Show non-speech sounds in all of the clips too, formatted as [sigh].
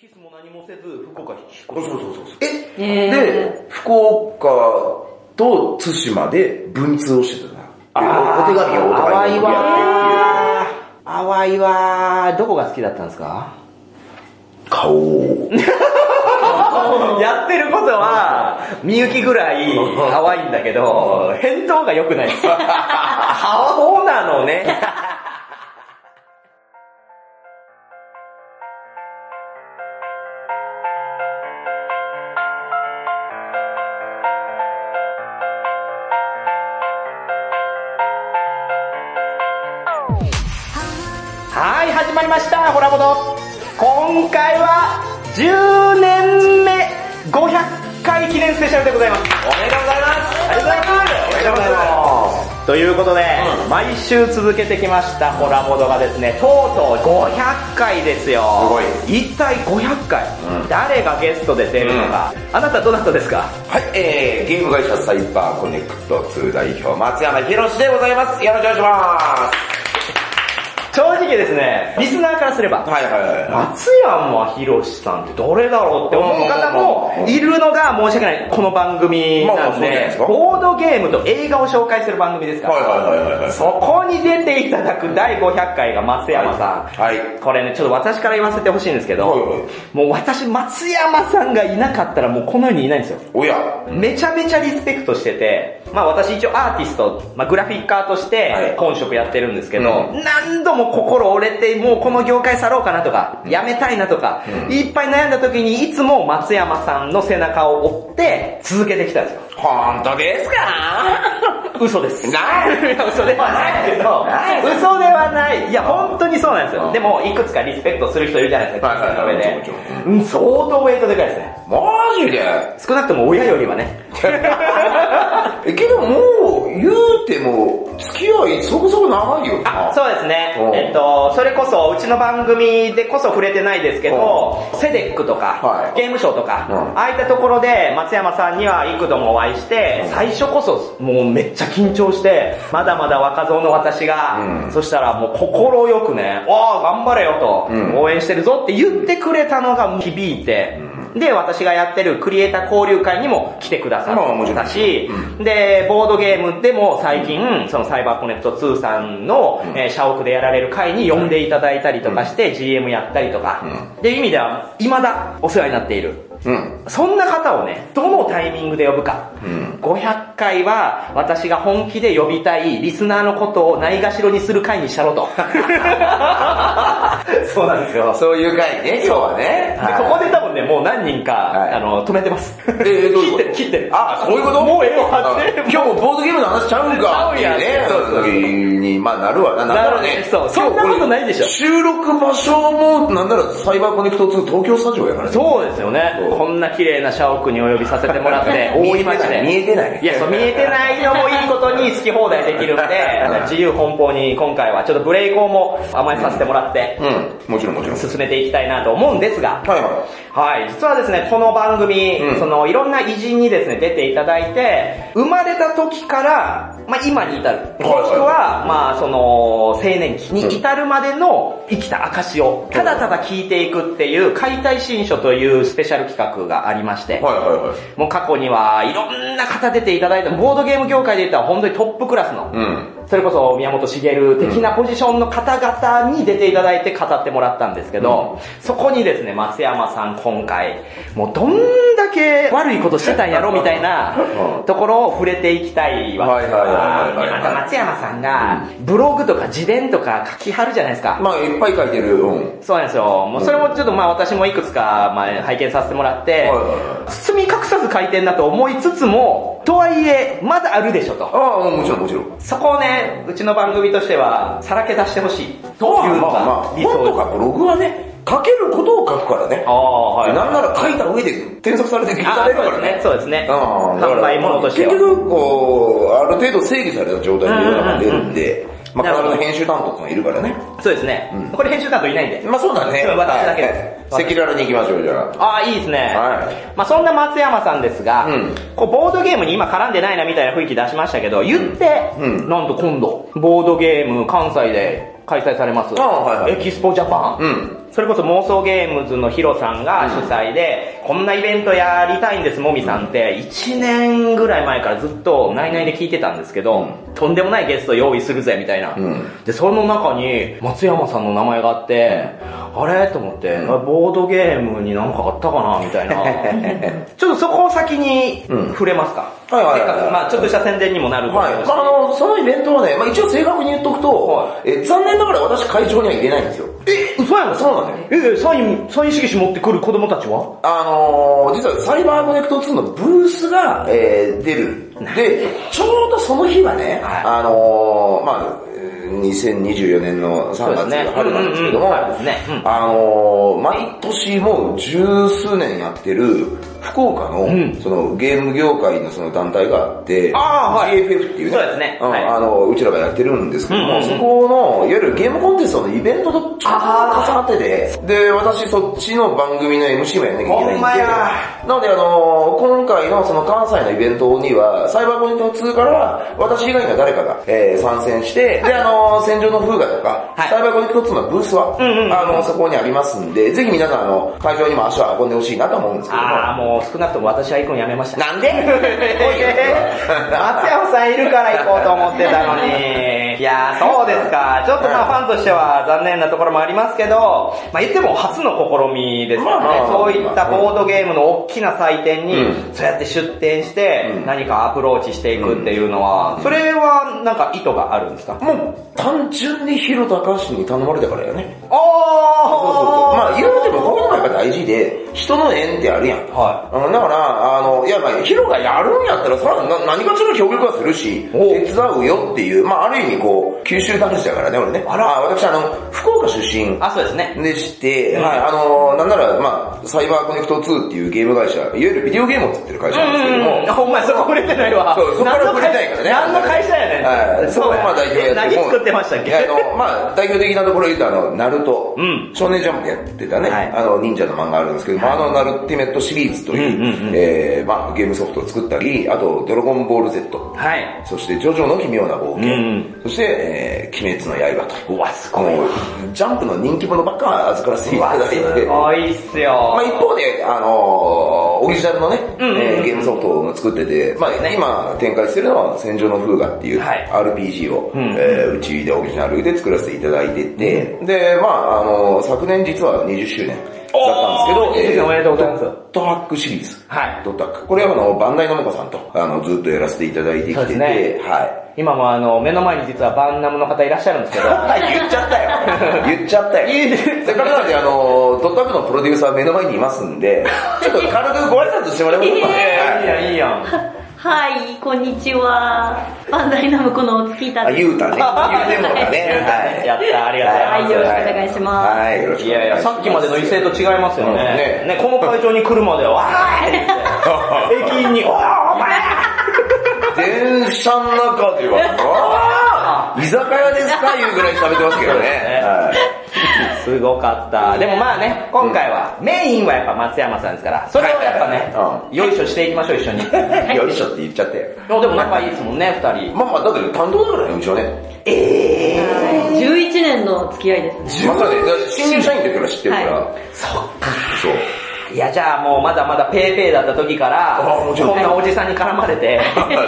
何もせず、福岡にそうそうそうそう。ええーで、福岡と対馬で文通をしてたな。お手紙をお互いに送り合ってっていう。淡いは、どこが好きだったんですか顔を。やってることは、みゆきぐら [laughs] い可愛いんだけど、返答が良く [laughs] ないです。そうなのね。はい、始まりました、ホラボド。今回は、10年目500回記念スペシャルでございます。おめでとうございます。ありがとうございます。おめでとうございます。ということで、毎週続けてきましたホラボドがですね、とうとう500回ですよ。すごい一体500回、うん誰がゲストで出るのか、あなたどなたですかはい、えー、ゲーム会社サイバーコネクト2代表、松山博でございます。よろしくお願いします。正直ですね、リスナーからすれば、はいはいはい。松山博さんってどれだろうって思う方もいるのが申し訳ない、この番組なんまあまあそうじゃないで、ですかボードゲームと映画を紹介する番組ですかはいら、はいはいはいはい。そこに出ていただく第500回が松山さん。はい。これね、ちょっと私から言わせてほしいんですけはいはいど、もう私、松山さんがいなかったらもうこの世にいないんですよ。おや。めちゃめちゃリスペクトしてて、まあ私一応アーティスト、まあグラフィッカーとしはいて本職やってるんですけど、う何度も心折れて、もうこの業界去ろうかなとか、やめたいなとか、うんいっぱい悩んだ時にいつも松山さんの背中を追って続けてきたんですよ。本当ですか嘘です。ないや嘘ではないけどない、嘘ではない。いや、本当にそうなんですよ。でも、いくつかリスペクトする人いるじゃないですか、はいはいはいの上もちでろんもち。うん、相当ウェイトでかいですね。マジで少なくとも親よりはね。え、けどもう、言うても、付き合いそこそこ長いよな。あ、そうですねうん。えっと、それこそ、うちの番組でこそ触れてないですけど、セデックとはか、いゲームショーとかうん、ああいったところで松山さんには幾度もお会いしてうん、最初こそもうめっちゃ緊張して、まだまだ若造の私うがん、そしたらもう心よくね、おー頑張れようんと、応援してるぞって言ってくれたのが響いて、で、私がやってるクリエイター交流会にも来てくださまあもちっろたんしうん、で、ボードゲームでも最近、そのサイバーコネクト2さんの、うんえー社屋でやられる会に呼んでいただいたりとかして、GM やったりとか、っていう意味では、未だお世話になっている。うん。そんな方をね、どのタイミングで呼ぶか。うん。 500回は私が本気で呼びたいリスナーのことをないがしろにする会にしたろと。そうなんですよ。 [laughs] そういう回ね、今日はね。でここで多分ね、もう何人か、はいあの、止めてます。えーどういうこ切ってとる、切ってる。あそういうこともうええわあ全部今日もボードゲームの話ちゃうんかっていうちゃうねやんそうそうそう時に、まあなるわな、んだろうなるね。ねそうそんなことないでしょ収録場所も、なんならサイバーコネクト2東京スタジオやからね。そうですよねそう。こんな綺麗な社屋にお呼びさせてもらって、 [laughs] 見大え井て町なで。い見えてないいや、そう、見えてないのもいいことに好き放題できるんで [laughs] うん、自由奔放に今回はちょっとブレイクをも甘えさせてもらって、うん、もちろんもちろん。は進めていきたいなと思うんですが、いははい、実はですね、この番組、うんその、いろんな偉人にですね、出ていただいて、生まれた時から、まあ今に至る。もしくは、まあその、青年期に至るまでの生きた証を、ただただ聞いていくっていう、解体新書というスペシャル企画がありましてい。、はいはいはい。もう過去にはいろんな方出ていただいた、ボードゲーム業界で言ったら本当にトップクラスの、うん。それこそ宮本茂的なポジションの方々に出ていただいて語ってもらったんですけど、そこにですね、松山さん今回、もうどんだけ悪いことしてたんやろみたいなうんところを触れていきたいわけです。はいはいはいはいはいあと松山さんがブログとか自伝とか書きはるじゃないですか。まあいっぱい書いてる。うん。そうなんですよ。もうそれもちょっとまあ私もいくつかまあ拝見させてもらってはいはいは、包み隠さず書いてんなと思いつつも、とはいえ、まだあるでしょと。ああ、もちろんもちろん。そこをね、うちの番組としては、さらけ出してほしい。というのまあまがあ、理想本とかブログはね、書けることを書くからね。ああ、はい。なんなら書いた上で添削されて消さあれるそかうでらすね。。ねそうですね。うんだから販売物としては。結局、こう、ある程度整理された状態で世の中に出るんで、まなあ、る必ほどず編集担当とかいるからね。そうですね。これ編集担当いないんで。まあ、そうだね。そう私だけですはい赤裸々に行きましょう、じゃあ。ああ、いいですね。はいまあそんな松山さんですが、うんこうボードゲームに今絡んでないなみたいな雰囲気出しましたけど、言って、うんうんなんと今度、ボードゲーム関西で開催されます、あはいはいエキスポジャパン。うん。それこそ妄想ゲームズのヒロさんが主催で、こんなイベントやりたいんです、もみさんって、1年ぐらい前からずっと内々で聞いてたんですけど、とんでもないゲスト用意するぜ、みたいな。うんで、その中に松山さんの名前があって、あれと思って、うボードゲームになんかあったかなみたい [laughs] な。ちょっとそこを先にうん触れますか。はいはいはいせっかくまあちょっとした宣伝にもなると思はい。うしまあ、あの、そのイベントはね、まあ、一応正確に言っとくと、はえ残念ながら私会場には行けないんですよ。え嘘やんそうなんだよ。ええ、サイン、サイン色紙持ってくる子供たちはあのー、実はサイバーコネクト2のブースが、えー出る。で、ちょうどその日がね、はいあのー、まあ、えー2024年の3そう月ですね春なんですけどうんも、うんうん春ですねうんあのー、毎年もう十数年やってる、福岡の、んそのゲーム業界のその団体があって、あーはい GFF っていうね、そうですねんはいあの、うちらがやってるんですけども、うんうんうんそこの、いわゆるゲームコンテストのイベントとちょうど重なってて、で、私そっちの番組の MC もやんなきゃいけないんでほんまやなので、あのー今回のその関西のイベントには、サイバーポイント2から、私以外の誰かが、えー参戦して、で、あのー戦場の風雅とか、はいサイバーコネクト2のブースは、んうんうんあのーそこにありますんで、ぜひ皆さん、あの、会場にも足を運んでほしいなと思うんですけども。ああ、もう少なくとも私は行くんやめました。な [laughs] んで松山さんいるから行こうと思ってたの [laughs] に。いやー、そうですか。ちょっとまあファンとしては残念なところもありますけど、まあ言っても初の試みですかまあらまね。あそういったボードゲームの大きな祭典にう、そうやって出展してう、ん何かアプローチしていくっていうのは、それはなんか意図があるんですかもう、単純にヒロタカシに頼まれたからやね。おーそうそうそう。まあ言うてもこういうのがやっぱ大事で、人の縁ってあるやん。はうんだから、あの、いやまあ、ヒロがやるんやったら、そらな何かしら協力はするし、お手伝うよっていう、まあある意味こう、九州男子だからね、俺ね。あら。私あの、福岡出身。あ、そうですね。でして、うんはい、あのなんなら、まあサイバーコネクト2っていうゲーム会社、いわゆるビデオゲームを作ってる会社なんですけども、うん、お前そこ触れてないわ。そう、そこから触れたいからね。何の会社やねん。はい、そこまあ代表やって何作ってましたっけいやあの、まあ代表的なところ言うと、あの、ナルト、うん少年ジャンプでやってたね、はいあの、忍者の漫画あるんですけども、あの、ナルティメットシリーズという、うんうんうんえー、まあゲームソフトを作ったり、あと、ドラゴンボール Z、はい。そして、ジョジョの奇妙な冒険、うんそして、えー、鬼滅の刃と。うわ、すこごい。の、ジャンプの人気者ばっか預からせていただいて。多いっすよ。まあ、一方で、あのーオリジナルのね、うんうんうんえーゲームソフトを作ってて、まあ、今展開してるのは戦場の風雅っていうはい RPG を、うんえーうちでオリジナルで作らせていただいてて、で、まあ、あのー昨年実は20周年だったんおですーけど、おめでとうございますドットハックシリーズ。はいドットハック。これはあの、バンダイナムコさんと、あの、ずっとやらせていただいてきそうてでて、すねはい。今もあの、目の前に実はバンナムの方いらっしゃるんです [laughs] けど。言っちゃったよ。言っちゃったよ。言うせっかくなんで、あの、ドットアップのプロデューサー目の前にいますんで、ちょっと軽くご挨拶してもらえますか、いはいや、いいやん。はい、こんにちは。バンダイナムコの月田あ、です。言うたね。言うてもたね。はい。やったありがとうございますはいよろしくお願いしますはい、よろしくいお願やいいや、します。さっきまでの威勢と違いますようんね。ね、この会場に来るまでは、わーいって言って駅員に、おーお前電車の中では、居酒屋ですかいうぐらい喋ってますけどね。はいすごかった。でもまあね、今回は、メインはやっぱ松山さんですから、それをやっぱね、はよいしょしていきましょう、一緒に。ではいよいしょって言っちゃって。も仲いいですもんね、二人。まあまあ、だって担当だからね、うちはね。はい11年の付き合いですね。まさね、だから新入社員の時から知ってるから。そっか。そう。いや、じゃあもうまだまだペーペーだった時から、あもちろんこんなおじさんに絡まれて、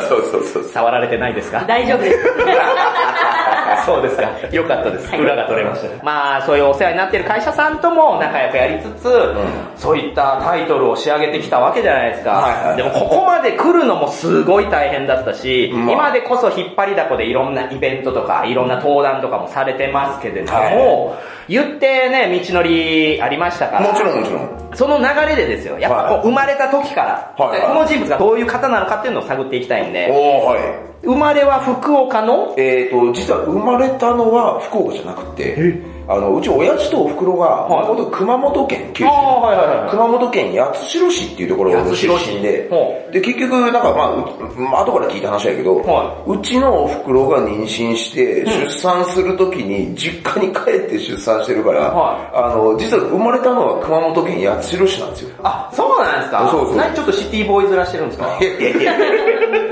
そうそうそうそう。触られてないですか大丈夫 [laughs] です。 [laughs] そうですか。よかったです。はい裏が取れましたね。まあ、そういうお世話になってる会社さんとも仲良くやりつつ、そういったタイトルを仕上げてきたわけじゃないですか。はいはいでも、ここまで来るのもすごい大変だったし、まあ今でこそ引っ張りだこでいろんなイベントとか、いろんな登壇とかもされてますけれども、はい言ってね、道のりありましたから。もちろんもちろん。その流れでですよ。やっぱこはいう生まれた時から、はいはいこの人物がどういう方なのかっていうのを探っていきたいんで、おーはい。生まれは福岡の、えー、と、実は生まれたのは福岡じゃなくて、あの、うち親父とお袋が、はい元々熊本県、九あ州。ーはいはいはい熊本県八代市っていうところの八出代市身でほ、で、結局、なんかまあ、うまあ後から聞いた話だけど、はうちのお袋が妊娠して、出産するときに実家に帰って出産してるから、はあの、実は生まれたのは熊本県八代市なんですよ。あ、そうなんですかそうそう何ちょっとシティボーイズらしてるんですかいやいやいや。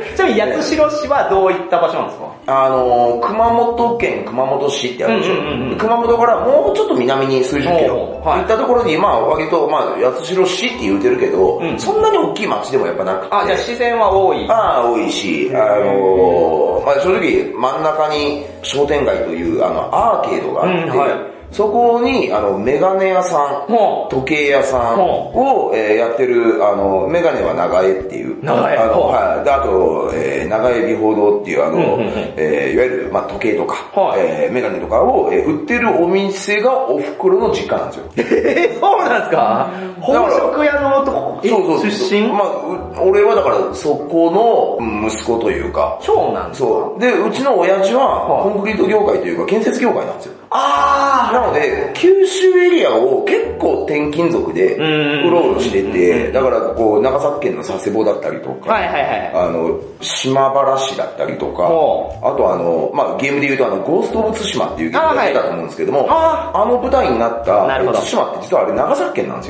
[laughs] ちなみに八代市はどういった場所なんですかあのー熊本県熊本市ってあるでしょ、うんうんうんうん熊本からもうちょっと南に数十キロおーはい行ったところに、まあ割と、まあ八代市って言うてるけど、うんそんなに大きい町でもやっぱなくて。あ、じゃあ視線は多い。まあ多いし、あのーまあ正直真ん中に商店街というあのアーケードがあって、うんはいそこにあのメガネ屋さん、ほう時計屋さんを、えーやってる、あの、メガネは長江っていう。長江あの、ほうはい。で、あと、えー長江美報堂っていう、あの、うんうんうんえーいわゆる、まあ、時計とか、はいえーメガネとかを、えー売ってるお店がお袋の実家なんですよ。えー、そうなんですか宝飾屋の男、えそうそう出身まあ、う俺はだから、そこのうん息子というか、長男う。そう。で、うちの親父は、はいコンクリート業界というか、建設業界なんですよ。あなので、九州エリアを結構転勤族で、んうんうんうろうろしてて、だから、こう、長崎県の佐世保だったりとーか、はいはいはい。あの、島原市だったりとか、ほあとあの、まあゲームで言うとあの、ゴースト・オブ・ツシマっていうゲームが出たと思うんですけども、ああの舞台になったなるほどツシマって実はあれ長崎県なんです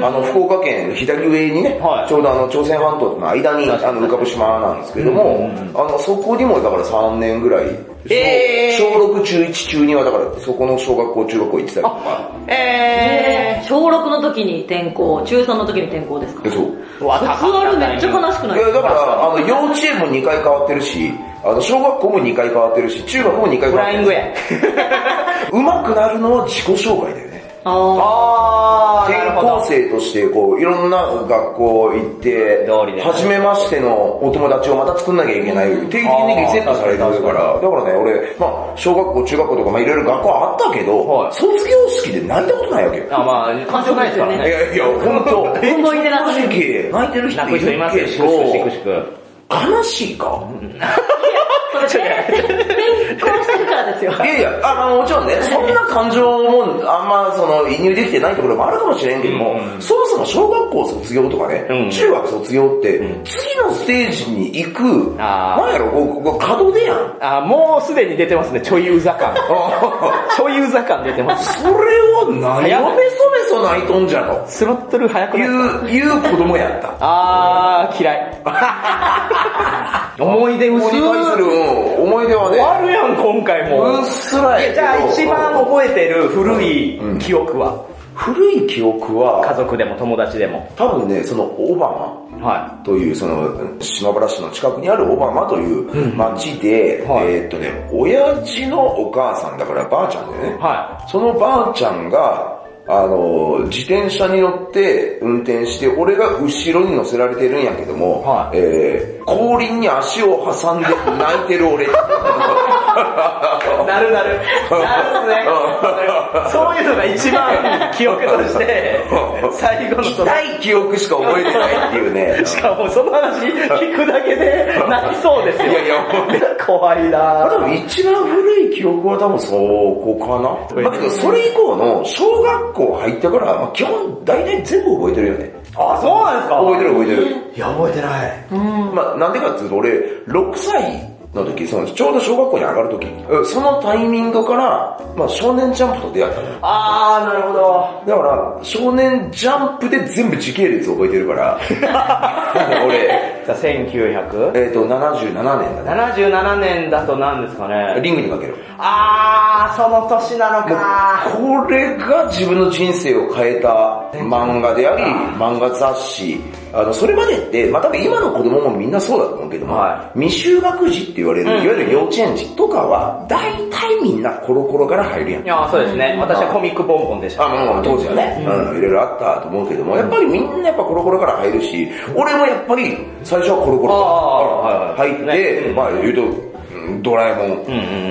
よ。あの、福岡県左上にね、はいちょうどあの、朝鮮半島との間に、あの、浮かぶ島なんですけども、あの、そこにもだから3年ぐらい、えー小6中1中2はだからそこの小学校中学校行ってたりとか、ええー、小6の時に転校、中3の時に転校ですかでそう。ー。うわ卒アルめっちゃ悲しくないいや、だから、あの、幼稚園も2回変わってるし、あの、小学校も2回変わってるし、中学も2回変フわっライてるンしグ。 [laughs] や。うまくなるのは自己紹介だよね。ああー、なる転ほ校ど。生として、こう、いろんな学校行って道理、で初めましてのお友達をまた作んなきゃいけない。定期的にリセットされてるから。だからね、俺、まあ、小学校、中学校とか、まあ、いろいろ学校あったけど、はい卒業式で泣いたことないわけよ。あ、まあ、感情ないですからいね。やいや、ほ [laughs] んと。思い出なさい正直泣いてる人泣く人いますよ、けしどくしくしくしく。悲しいか。ー、それで、転校してるからですよ。いやいや、あまあもち [laughs] ろんね、そんな感情も、あんまその、移入できてないところもあるかもしれんけども、うんうんそもそも小学校卒業とかね、うん中学卒業って、うん次のステージに行く、あーなんやろ、こう、こう角でやん。あ、もうすでに出てますね、ちょいうざ [laughs] 感。ちょいうざ感出てます。それを何をめそめそ泣いとんじゃと、スロットル早くないですかいう、いう子供やった。あー、嫌い。思い出薄こいこに対する、うん思い出は終ね、わるやん、今回うもっ。すらやけどじゃあ、一番覚えてる古い記憶は、古い記憶家は、族でも友達でも。多分ね、その、オバマ。はという、その、島原市の近くにあるオバマという町で、はいえーっとね、親父のお母さんだからばあちゃんだよね。い。はそのばあちゃんが、あの、自転車に乗って運転して、俺が後ろに乗せられてるんやけども、はいえー後輪に足を挟んで泣いてる俺。い。[laughs] なるなる。なるっすね。 [laughs] そういうのが一番記憶と [laughs] して、最後のその、痛い記憶しか覚えてないってい [laughs] うね。しかもその話聞くだけで [laughs] 泣きそうですよ。いやいやほん怖いあ、な多分一番古い記憶は多分そこかな。だけどそれ以降の小学校入ってから、まあ、基本大体全部覚えてるよね。あ、そうなんですか覚えてる覚えてる。いや、覚えてない。まあなんでかっていうと俺、6歳の時、そのちょうど小学校に上がる時、うんそのタイミングから、まあ少年ジャンプと出会ったのよ。あー、なるほど。だから、少年ジャンプで全部時系列覚えてる [laughs] から、俺、じゃあ、1900? えっ、と、77年だね。 77年だと何ですかねリングにかける。あー、その年なのかこれが自分の人生を変えた漫画であり、漫画雑誌。あの、それまでって、まあ、多分今の子供もみんなそうだと思うけども、は未就学児って言われる、いわゆる幼稚園児とかは、大体みんなコロコロから入るやんい。や、そうですね。私はコミックボンボンでした。あの、当時はね、うん、いろいろあったと思うけども、やっぱりみんなやっぱコロコロから入るし、俺もやっぱり最初はコロコロあーから入っはいはいて、ねまあ言うと、うんドラえ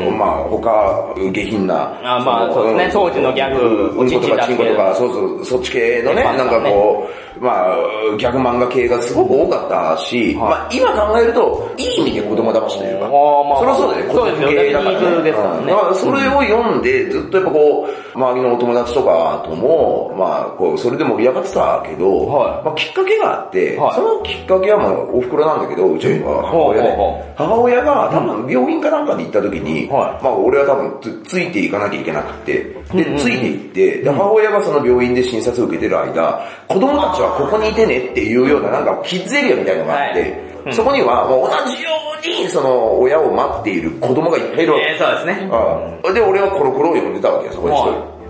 もん、まあ他下品な、あーまあそうですねん当時のギャグうんことおちんちんかだちけんことか、そうそう、そっち系のね、一般なのんねかこう、まあギャグ漫画系がすごく多かったし、はいまあ今考えると、いい意味で子供騙しというか、あーまあそれはそうだよね、そうですよ子供系だからだってニーズですからねうんだからそれを読んで、ずっとやっぱこう、周りのお友達とかとも、まあ、こう、それで盛り上がってたけど、はいまあ、きっかけがあって、はいそのきっかけはまあ、お袋なんだけど、うちは母親ほうほうほね。母親が多分病院かなんかに行った時に、はいまあ、俺は多分つついていかなきゃいけなくて、で、うんうんうんついていって、で、母親がその病院で診察を受けてる間、子供たちはここにいてねっていうような、なんか、キッズエリアみたいなのがあって、はいうんそこには、もう同じようにに、その、親を待っている子供がいっぱいいるわけ。えーそうですね。ああで、俺はコロコロを読んでたわけよ、そこに一は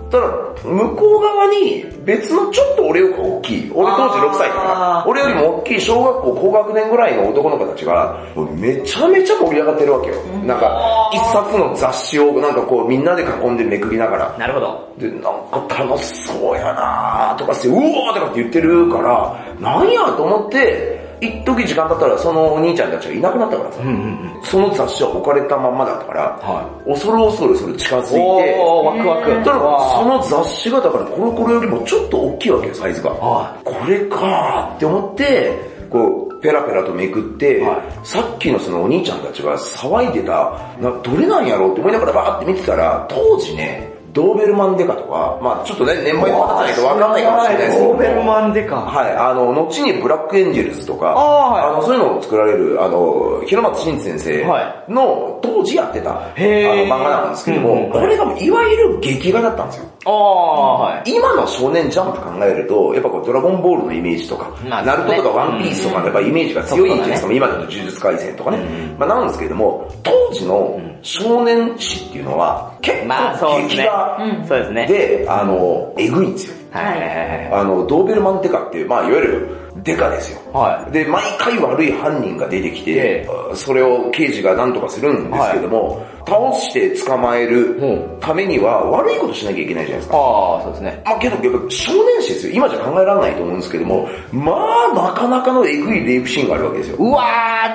人。ただ、向こう側に別のちょっと俺より大きい、俺当時6歳だからあ、ー俺よりも大きい小学校高学年ぐらいの男の子たちが、もうめちゃめちゃ盛り上がってるわけよ。なんか、一冊の雑誌をなんかこうみんなで囲んでめくりながら。なるほど。で、なんか楽しそうやなとかして、うおーとかって言ってるから、なんやと思って、一時時間経ったらそのお兄ちゃんたちがいなくなったからさ、うんうんその雑誌は置かれたまんまだったから、は恐る恐るそれ近づいて、おー、ワクワク。ただそわの雑誌がだからコロコロよりもちょっと大きいわけよ、サイズが。はこれかーって思って、こう、ペラペラとめくって、はさっきのそのお兄ちゃんたちが騒いでた、などれなんやろうって思いながらバーって見てたら、当時ね、ドーベルマンデカとか、まあちょっとね、年配の方じゃないとわかんないかもしれないですけどドーベルマンデカ。はい、あの、後にブラックエンジェルズとか、あーはいの、そういうのを作られる、あの、広松慎先生はの当時やってた、へーあの漫画なんですけどうんうも、んこれがもういわゆる劇画だったんですよ。ああ、はい。今の少年ジャンプ考えると、やっぱこうドラゴンボールのイメージとか、まあナルトとかワンピースとかのやっぱイメージが強いじゃないですか、今だと呪術廻戦とかね。まあなんですけれども、当時の少年誌っていうのは、結まあ、そうで構す劇ね画。うんそうですね。で、あの、えぐいんですよ。はいはいはいはい。あの、ドーベルマンデカっていう、まあ、いわゆるデカですよ。はで、毎回悪い犯人が出てきえて、それを刑事が何とかするんですけども、倒して捕まえるためには悪いことしなきゃいけないじゃないですか。ああ、そうですね。まあけど、やっぱ少年誌ですよ。今じゃ考えられないと思うんですけども、まあ、なかなかのえぐいレイプシーンがあるわけですよ。うわ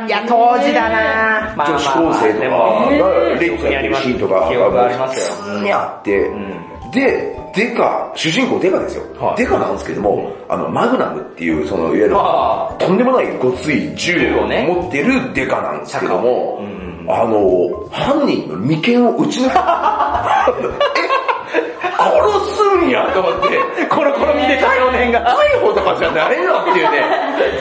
ー、いや、当時だなまあまあまあ女子高生とかでも、がレイプされてるシーンとか記憶がありますよ普通にあって、で、デカ、主人公デカですよ。はいデカなんですけども、あの、マグナムっていう、その、いわゆるあ、とんでもないごつい銃銃ををね持ってるデカなんですけども、うんうんあの、犯人の眉間を打 [laughs] ち抜く。え殺すんやと思って。コロコロ見てた少年が。逮捕とかじゃなれんなって [laughs] いうね、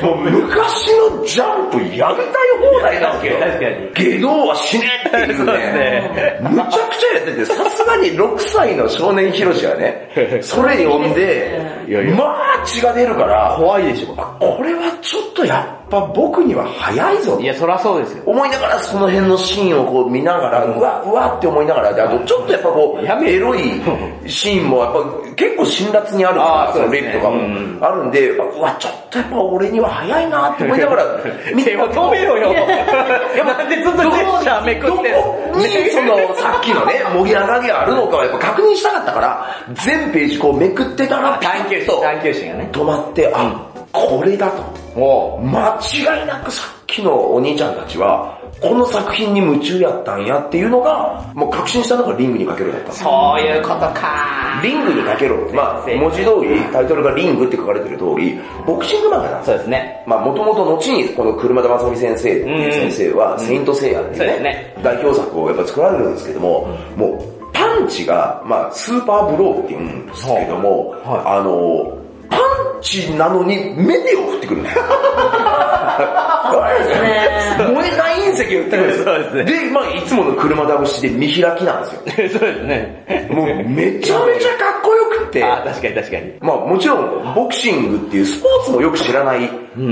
もう昔のジャンプやりたい放題なんですよ。確かに下道は死ねっていうね、むちゃくちゃやってて、さすがに6歳の少年ヒロシは [laughs] ね、それ読んで、いやいやまあ血が出るから、怖いでしょ。これはちょっとやっぱ僕には早いぞといや、そらそうですよ。思いながらその辺のシーンをこう見ながら、うわ、うわって思いながら、で、あとちょっとやっぱこう、やべえエロいシーンもやっぱ結構辛辣にあるかあーら、そそのうでレすイねプとかうもんあるんで、うわ、ちょっとやっぱ俺には早いなって思いながら、[laughs] 見手を止めろよ。 [laughs] なんでずっとジェスチャーめくどこってにそのさっきのね、もぎらがりがあるのかはやっぱ確認したかったから、全ページこうめくってたら、ピ探求ッ心、と探求心がね。止まって、あ、これだと。お間違いなくさっきのお兄ちゃんたちは、この作品に夢中やったんやっていうのが、もう確信したのがリングにかけろだったんです。そういうことかリングにかけろ。まあ、先生文字通り、タイトルがリングって書かれてる通り、ボクシング漫画なんですそよ。うですね。まあ、もともと後にこの車田正美先生っていう先生は、セイントセイヤっていうそうですねね、代表作をやっぱ作られるんですけども、もう、パンチが、まあ、スーパーブローって言うんですけども、はいはあの、パンチなのにメディを振ってくるんですよ。ですね。燃えない隕石を売ってくるんですよ。そうでで、まあいつもの車倒しで見開きなんです [laughs] よ。そうですね。もうめちゃめちゃかっこよくって、あー確かに確かに。まあもちろんボクシングっていうスポーツもよく知らない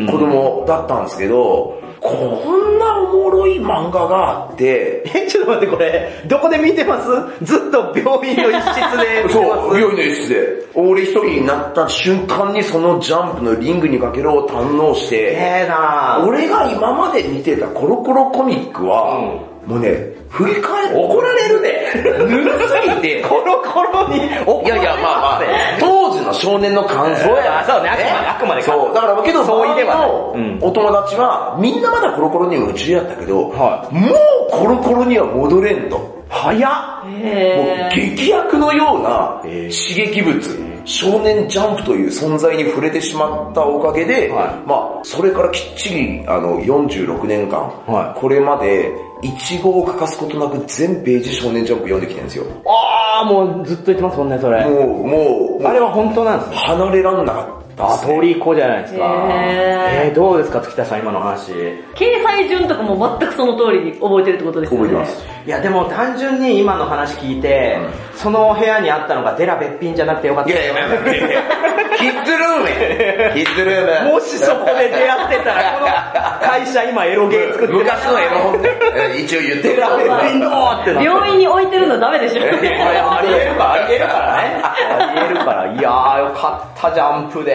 子供だったんですけど、こんなおもろい漫画があって、 [laughs] え、ちょっと待って、これ、どこで見てますずっと病院の一室で見てまそう、良いの一室で。俺一人になった瞬間にそのジャンプのリングにかけろを堪能して、す。ええなぁ。俺が今まで見てたコロコロコミックは、もうね、振り返る、怒られるで、 [laughs] ぬるすぎて、コロコロに怒られますいやいや、まあまあ、当時の少年の感想や。そうねあくまであくまでかそう。だから、けど、相違ではない周りのお友達は、みんなまだコロコロに夢中やったけど、はもうコロコロには戻れんと。早っもうへ劇薬のようなへ刺ー激物、少年ジャンプという存在に触れてしまったおかげで、はまあ、それからきっちり、あの、46年間、はいこれまで一号を欠かすことなく全ページ少年ジャンプ読んできてるんですよ。もあー、もうずっと言ってますもんね、それ。う、もう、もあうれは本当なんですね。離れらんなかったあっ、すね。トリコじゃないですか。へーえー、どうですか、月田さん、今の話。掲載順とかも全くその通りに覚えてるってことですよ覚えね。てます。いや、でも単純に今の話聞いて、その部屋にあったのがデラべっぴんじゃなくてよかっいた。やいや、やめやキッズルームやキッズルーム。もしそこで出会ってた [laughs] ら、この会社今エロゲー作ってる昔のエロ本ね。え一応言ってデる。ラべっぴんのーってなって。病院に置いてるのダメでしょ。いやありえるから、ありえるからね。ありえるから、いやーよかった、ジャンプいで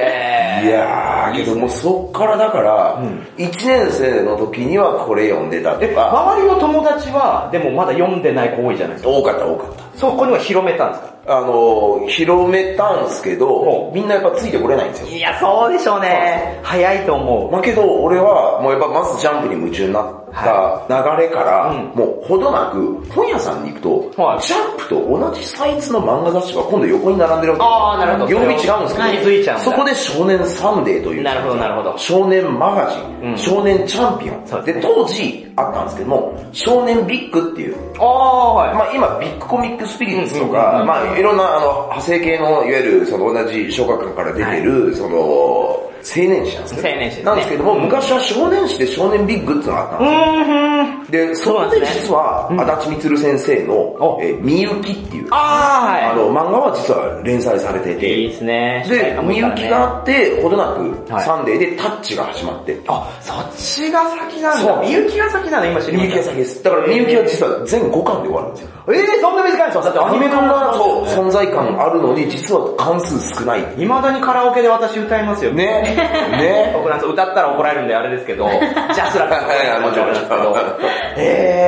やー、けどもうそっからだから、一1年生の時にはこれ読んでたとえ、か、周りの友達は、でもまだ読んでない子多いじゃないですか。多かった多かった。そこには広めたんですかあのー、広めたんすけおどう、みんなやっぱついてこれないんですよ。いや、そうでしょうね。早いと思う。まあけど、俺は、もうやっぱまずジャンプに夢中になった流れから、うんもうほどなく、本屋さんに行くと、はいジャンプと同じサイズの漫画雑誌が今度横に並んでるわけあーなるほど読み違うんですけど、はい気づいちゃうんだそこで少年サンデーという。なるほどなるほど少年マガジン、うん少年チャンピオン。そうでですね当時あったんですけども、少年ビッグっていう、ああ、はい。まあ今、ビッグコミックスピリッツうとんうんうんか、うんまあいろんなあの、派生系の、いわゆるその同じ小学館から出てる、その、青年誌なんですけど。青年誌ですねなんですけども、昔は少年誌で少年ビッグってのがあったんですよ。で、そこで実は、足立光先生のお、えーみゆきっていう、ああの、漫画は実は連載されてー、はい。いいて、ですね。で、みゆきがあって、ほどなく、はいサンデーでタッチが始まって、あ、そっちが先なんそだ。うみゆきが先なの、今知りみましゆきた。が先です。だからみゆきは実は全5巻で終わるんですよ。えー、そんな短いんですかだってアアニニメメ化感がそう、も存在感あるのに、実は関数少ない。いまだにカラオケで私歌いますよ。[laughs] ね。ね。僕なんか歌ったら怒られるんであれです [laughs] けど、ジャスラックはいはいもちろんもちろんなんですけど。 [laughs]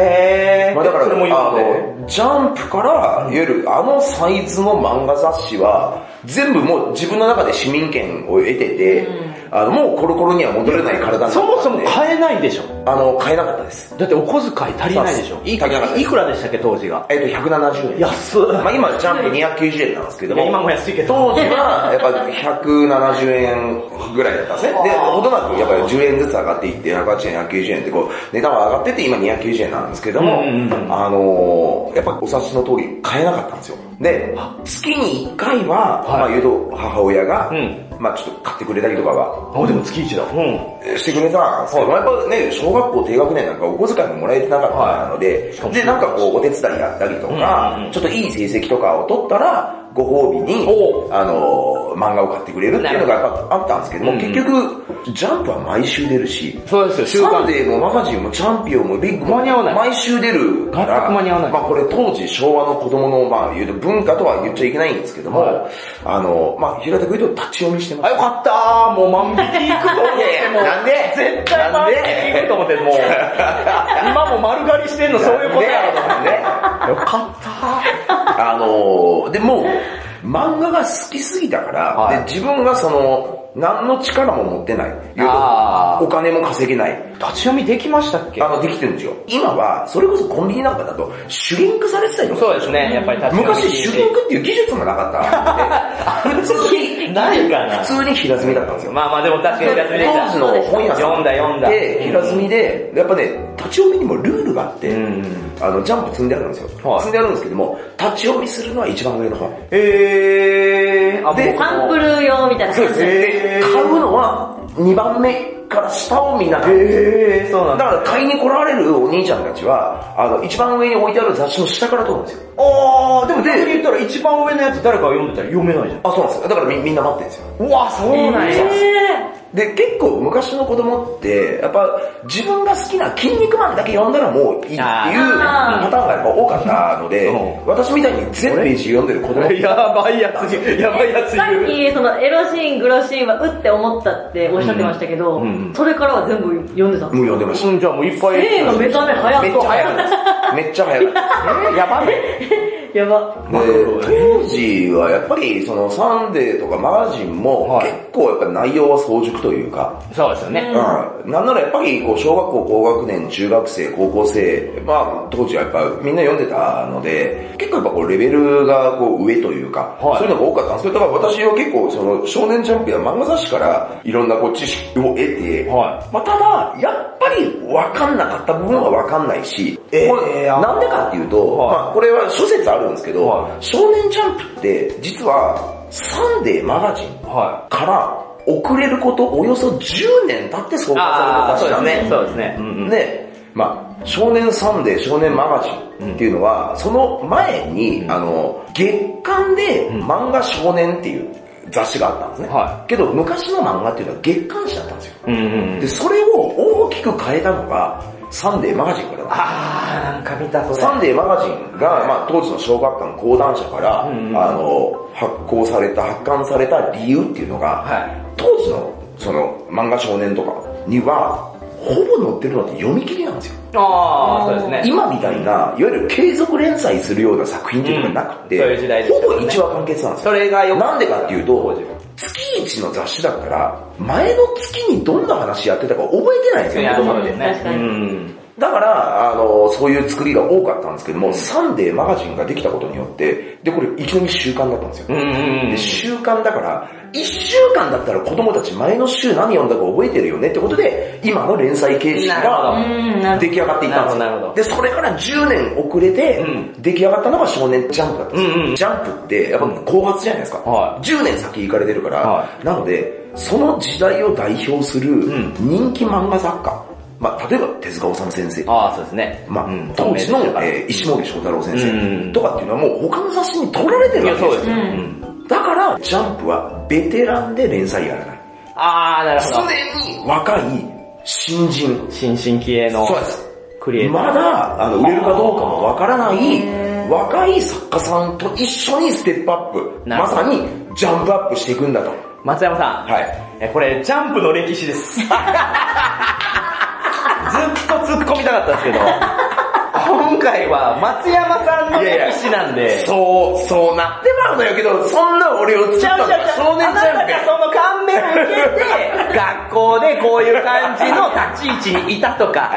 えー、まあだから、それも今あまでねの、ジャンプから、いわゆるあのサイズの漫画雑誌は、全部もう自分の中で市民権を得てて、あの、もうコロコロには戻れない体になってたそんでもそも買えないでしょ。あの、買えなかったです。だってお小遣い足りないでしょそう。ですい足りなかったくいくらでしたっけ、当時が。えっと、170円。安っ。まあ今、ジャンプ290円なんですけどいも。や今も安いけど当時は、やっぱ170円ぐらいだったんですね。で、ほとなく、やっぱり10円ずつ上がっていって、180円、190円ってこう、値段は上がってって今290円なんですけども、うんうんうんあのー、やっぱお察しの通り買えなかったんですよ。で、月に1回は、まあ言うと母親が、うんまあちょっと買ってくれたりとかはあ、でも月一だ。うん。してくれたんですけど、やっぱね、小学校低学年なんかお小遣いももらえてなかったので、はいで、なんかこう、お手伝いやったりとか、うんちょっといい成績とかを取ったら、ご褒美にお、あの、漫画を買ってくれるっていうのがやっぱあったんですけども、うん結局、ジャンプは毎週出るし、そうですよ、週サン刊。デーもマガジンもチャンピオンもビッグも間に合わない毎週出るから、全く間に合わないまあこれ当時昭和の子供の、まあ言うと文化とは言っちゃいけないんですけども、はあの、まあ平たく言うと立ち読みしてますあ、。よかったー。もう万引き行くと思っいやていもやう。なんで絶対万引き行くと思ってもう。今も丸刈りしてんのそういうことやろと思って。ねよかったあのー、でも、漫画が好きすぎたから、はいで自分がその、何の力も持ってない。要あはーお金も稼げない。立ち読みできましたっけあの、できてるんですよ。今は、それこそコンビニなんかだと、シュリンクされてたりとかそうですね、やっぱり立ち読み。昔、シュリンクっていう技術もなかった [laughs] ので。普通に、ないかな。普通に平積みだったんですよ。まあまあでも確かに平積みできた。当時の本屋さん読んだ読んだ。で、平積みで、やっぱね、立ち読みにもルールがあって、うんあの、ジャンプ積んであるんですよ。はい積んであるんですけども、立ち読みするのは一番上の本。えー、あ、でもうサンプル用みたいなそう感ですじへーね。で、買うのは2番目から下を見ながら。えー、そうなだんだ。から買いに来られるお兄ちゃんたちは、あの、一番上に置いてある雑誌の下から撮るんですよ。あー、でも逆に言ったら一番上のやつ誰かが読んでたら読めないじゃん。あ、そうなんですよ。だからみみんな待ってるんですよ。うわ、そうなんや。で、結構昔の子供って、やっぱ自分が好きな筋肉マンだけ読んだらもういいっていうあパターーンがやっぱ多かったのでう、私みたいに全ページ読んでる子供って、やばいやつ、やばいやつさっいる。き、そのエロシーン、グロシーンはうって思ったっておっしゃってましたけど、うんうんそれからは全部読んでたんでもすう読んでましうん、じゃあもういっぱい。性の目覚め早た。っめっちゃ早 [laughs] かったです。めっちゃ早かったです。えやばめやば。で当時はやっぱりそのサンデーとかマガジンもはい結構やっぱ内容は早熟というか、そうですよね。うん、なんならやっぱりこう小学校高学年、中学生、高校生、まあ当時はやっぱみんな読んでたので、結構やっぱこうレベルがこう上というか、はいそういうのが多かったんですけど、だから私は結構その少年ジャンプや漫画雑誌からいろんなこう知識を得て、はまあただやっぱり分かんなかった部分は分かんないし、えーこれあなんでかっていうと、はいまあこれは諸説あるんですけど、はい少年ジャンプって実はサンデーマガジンはから遅れることおよそ10年経って創い。刊された雑誌なんそうですね。うんうんで、まあ、少年サンデー少年マガジンっていうのは、その前に、あの、月刊で漫画少年っていう雑誌があったんですね。はけど、昔の漫画っていうのは月刊誌だったんですよ。うんうんうんで、。それを大きく変えたのが、サンデーマガジンからなんですあー、なんか見たそれ。サンデーマガジンが、まあ、当時の小学館講談社から、うんうんあの、発行された、発刊された理由っていうのが、はい当時の、その、漫画少年とかには、ほぼ載ってるのって読み切りなんですよ。あー、そうですね。今みたいな、いわゆる継続連載するような作品っていうのがなくて、うんそういう時代ですよねほぼ1話完結なんですそよ。れがよくなんでかっていう当と時は、月一の雑誌だったら、前の月にどんな話やってたか覚えてないんですいよ、や子供そっうてですね確。かにうんだから、あの、そういう作りが多かったんですけども、サンデーマガジンができたことによって、で、これいきなり習慣だったんですよ。うんうんうんで、。習慣だから、一週間だったら子供たち前の週何読んだか覚えてるよねってことで、今の連載形式ながうん、な出る来上がっていったなるんほどなるほどですよ。で、それから10年遅れてう、出来上がったのが少年ジャンプだったんですよ。うんうんジャンプって、やっぱ後発じゃないですか。は10年先行かれてるから、はなので、その時代を代表するん人気漫画作家、まあ、例えば手塚治虫先生あー、そうですね。まあ、うん当時の、透明でしたからえー石森章太郎う先ん生とかっていうのはもう他の雑誌に取られているわや、けでそうすでよ。すね。ううんだから、ジャンプはベテランで連載やらない。あー、なるほど。常に若い新人。新進気鋭のそうです。クリエイター。まだ、あの、売れるかどうかもわからない、若い作家さんと一緒にステップアップ。なるまほさどに、ジャンプアップしていくんだと。松山さん。はい。えこれ、ジャンプの歴史 [laughs] です。ずっと突っ込みたかったんですけど、今回は松山さんの歴史なんで、そう、そうなってまうのよけど、そんな俺を作っちゃたうちのゃうちがゃう少年ジあなャンプたがや。その感銘を受けて、学校でこういう感じの立ち位置にいたとか、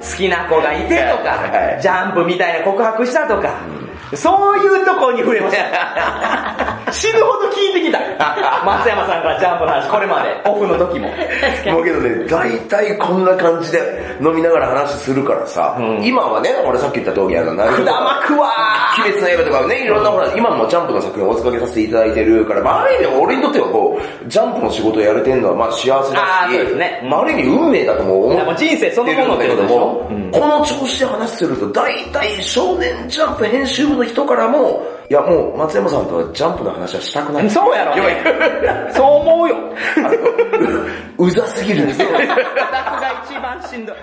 好きな子がいてとはか、いジャンプみたいな告白したとか、そういうとこに触れました。 [laughs] 死ぬほど聞いてきた。 [laughs] 松山さんからジャンプの話、これまで、オフの時も。確かもに。うけどね、大体こんな感じで飲みながら話するからさ、うん今はね、俺さっき言った通りあの、なんくだまくわ鬼滅の刃とかね、いろんなほら、今もジャンプの作品をお追いかけさせていただいてるから、まあある意味俺にとってはこう、ジャンプの仕事をやれてるのはまあ幸せあだーし、そうですねまあある意味運命だとも思ーっいやもう人生そてのものるんってだことけどでしょも、この調子で話すると、大体少年ジャンプ編集部の人からも、いやもう松山さんとはジャンプの話はした [laughs] くない。そうやろねよいそう思うよ。ううざすぎるんですよ。私が一番しんどい。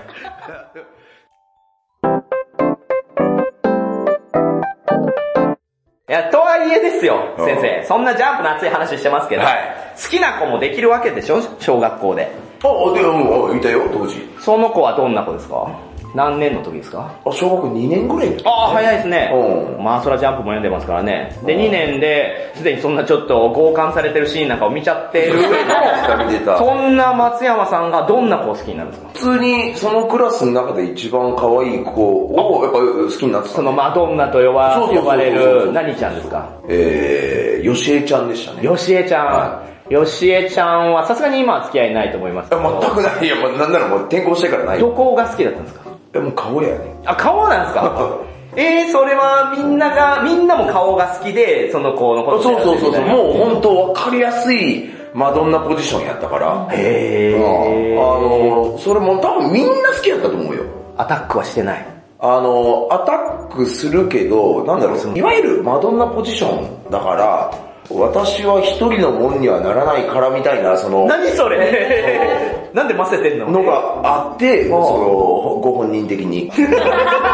いや、とはいえですよ、うん先生。そんなジャンプの熱い話してますけど、はい好きな子もできるわけでしょ小学校で。あ、でも、いたよ、当時。その子はどんな子ですか何年の時ですかあ、小学校2年ぐらいの時ああ、早いですね。うんまあ、そらジャンプも読んでますからね。で、うん2年で、すでにそんなちょっと強姦されてるシーンなんかを見ちゃってるけど見てたそんな松山さんがどんな子を好きになるんですか普通にそのクラスの中で一番可愛い子をやっぱ好きになってたその。のマドンナと呼ばそうそうそうそう呼ばれる、何ちゃんですかえー、よしえちゃんでしたね。よしえちゃはん。よしえちゃんはさすがに今は付き合いないと思いますけどあ全くない。いや、もうなんならもう転校してからない。どこが好きだったんですかえ、もう顔やね。あ、顔なんですか [laughs] えー、それはみんなが、みんなも顔が好きで、その子のこそうとをそ狙っうてみたそうそいう。なもう本当わかりやすいマドンナポジションやったから。へうー。んあの、それも多分みんな好きやったと思うよ。アタックはしてない。あの、アタックするけど、なんだろう、いわゆるマドンナポジションだから、私は一人のもんにはならないからみたいな、その、何それ [laughs] なんで混ぜてんののがあって、その、ご本人的に。 [laughs]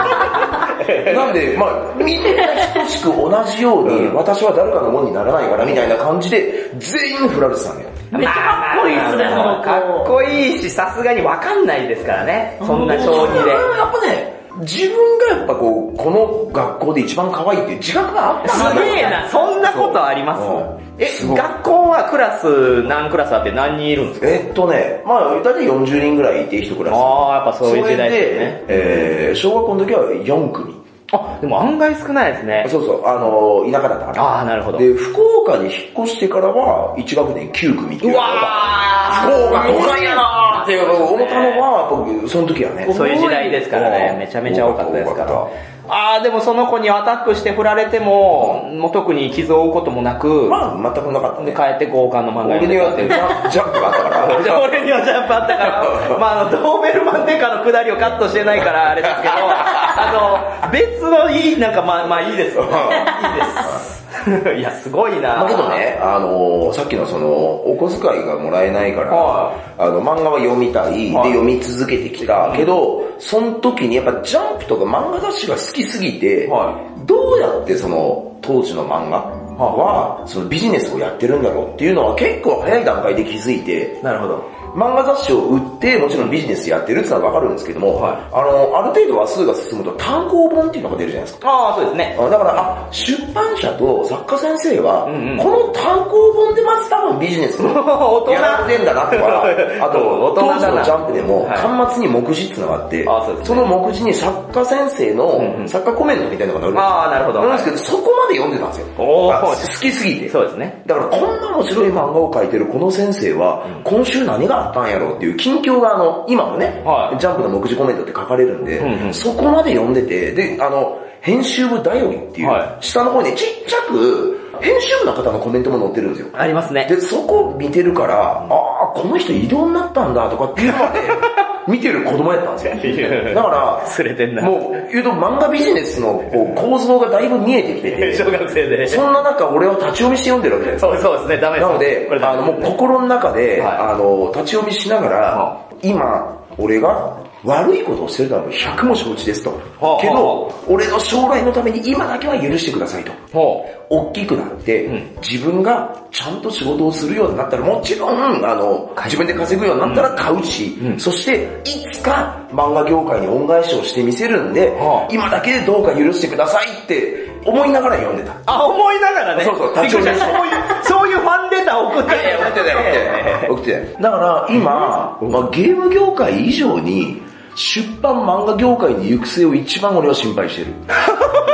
なんで、まあ、みんな等しく同じように、私は誰かのもんにならないからみたいな感じで、全員振られてたんだよ。めっちゃかっこいいっすね、その子。かっこいいし、さすがにわかんないですからね。そんな小児で。やっぱね、自分がやっぱこう、この学校で一番可愛いっていう自覚があったすんだよげえな、そんなことありますうんえ、すごい学校はクラス、何クラスあって何人いるんですかえっとね、まあ、大体40人ぐらいいて、一クラス。ああ、やっぱそういう時代ですよでね。、えー、小学校の時は4組。あ、でも案外少ないですね。そうそう、あのー、田舎だったから。ああ、なるほど。で、福岡に引っ越してからは、1学年9組っていううのがわあこうが五感やなーっていうのを思ったのは、やっぱその時はね。そういう時代ですからうねん、めちゃめちゃ多かったですから多っ。ああ、でもその子にアタックして振られても、もう特に傷を負うこともなたく、まあ、全くなかったでね。帰って交換の漫画俺に読はんジでたってャジャンプがあったか [laughs] ら。いう。俺にはジャンプあった [laughs] から、まあ、あの、ドーベルマンデカのくだりをカットしてないから、あれですけど、あの、別のいい、なんかまあ、まあいいです。いいです。いや、すごいなまあけど。ね、あのーさっきのその、お小遣いがもらえないから、はあの、漫画は読みたい、はいで読み続けてきたけど、その時にやっぱジャンプとか漫画雑誌が好きすぎて、はどうやってその、当時の漫画は、そのビジネスをやってるんだろうっていうのは結構早い段階で気づいて、なるほど。漫画雑誌を売って、もちろんビジネスやってるってのはわかるんですけども、はいあの、ある程度話数が進むと単行本っていうのが出るじゃないですか。ああ、そうですね。あだから、あ、出版社と作家先生は、んうんこの単行本でまず多分ビジネスを [laughs] 大人やられてんだなと [laughs] か、あと、大人だな当時のジャンプでも、はい端末に目次ってのがあって、あそうですねの目次に作家先生うんうのん作家コメントみたいなのが載るんですよ。ああ、なるほど。なんですけど、そこまで読んでたんですよ。おーあ好きすぎて。そうですね。だからこんな面白い漫画を描いてるこの先生は、今週何があったんやろうっていう近況があの、今もね、はいジャンプの目次コメントって書かれるんで、うんうんそこまで読んでて、で、あの、編集部だよりっていう、は下の方にちっちゃく、編集部の方のコメントも載ってるんですよ。ありますね。で、そこ見てるから、ああ、この人異動になったんだとかっていうの [laughs] まで見てる子供やったんですよ。だから、釣れてんな。もう、言うと漫画ビジネスのこう構造がだいぶ見えてきてて、小学生で。そんな中俺は立ち読みして読んでるわけじゃないですか。そうそうですね、ダメです。なのでこれ、あの、もう心の中で、はいあの、立ち読みしながらは、今、俺が悪いことをしてるのはもう100も承知ですとは。あけはど、俺の将来のために今だけは許してくださいと。ほ大きくなって、うん自分がちゃんと仕事をするようになったら、もちろん、あの、自分で稼ぐようになったら買うし、うんそして、いつか漫画業界に恩返しをしてみせるんで、はあ今だけどうか許してくださいって思いながら読んでた。あ、思いながらね。そうそうびっくりした立ちそういう、そういうファンデータ送ってたよ。起きてない。だから今、まあ、ゲーム業界以上に、出版漫画業界の行く末を一番俺は心配 [laughs] してる。そう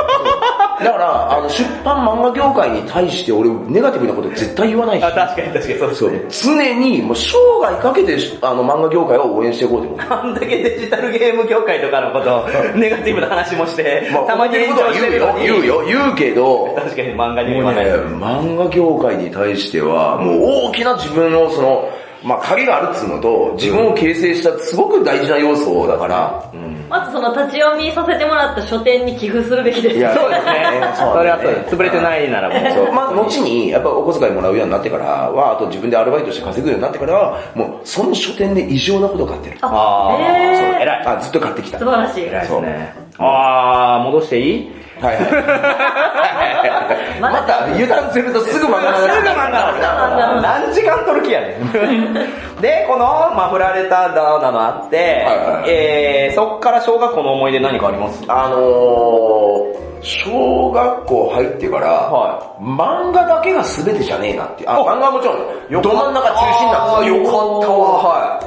だから、あの、出版漫画業界に対して俺、ネガティブなこと絶対言わないしあ、、確かに確かに、そうですそうね。常に、もう生涯かけて、あの、漫画業界を応援していこうと思う。あんだけデジタルゲーム業界とかの [laughs] こと、ネガティブな話もして、たまに言う炎上してるよの、に。言うよ、言うけど、確かに漫画にも言もうわないね。、漫画業界に対しては、もう大きな自分のその、まあ鍵があるっつうのと、自分を形成したすごく大事な要素だから、まずその立ち読みさせてもらった書店に寄付するべきです。いやそうですねね。そうそれはそうねです。潰れてないならそもうう。まあ後に、やっぱお小遣いもらうようになってからは、あと自分でアルバイトして稼ぐようになってからは、もうその書店で異常なこと買ってる。ああーへーそう偉い。あ、ずっと買ってきた。素晴らしい。偉いですね。あー、戻していいはい [laughs] はい。また油断するとすぐ漫画すぐ漫画何時間撮る気やねん。 [laughs] で、この、まあ、振られただなのあって、はいはいえー、そっから小学校の思い出何かありますあのー、小学校入ってから、は漫画だけが全てじゃねえなって。あ、お漫画はもちろん、ど真ん中中心なんですよ。あーよかった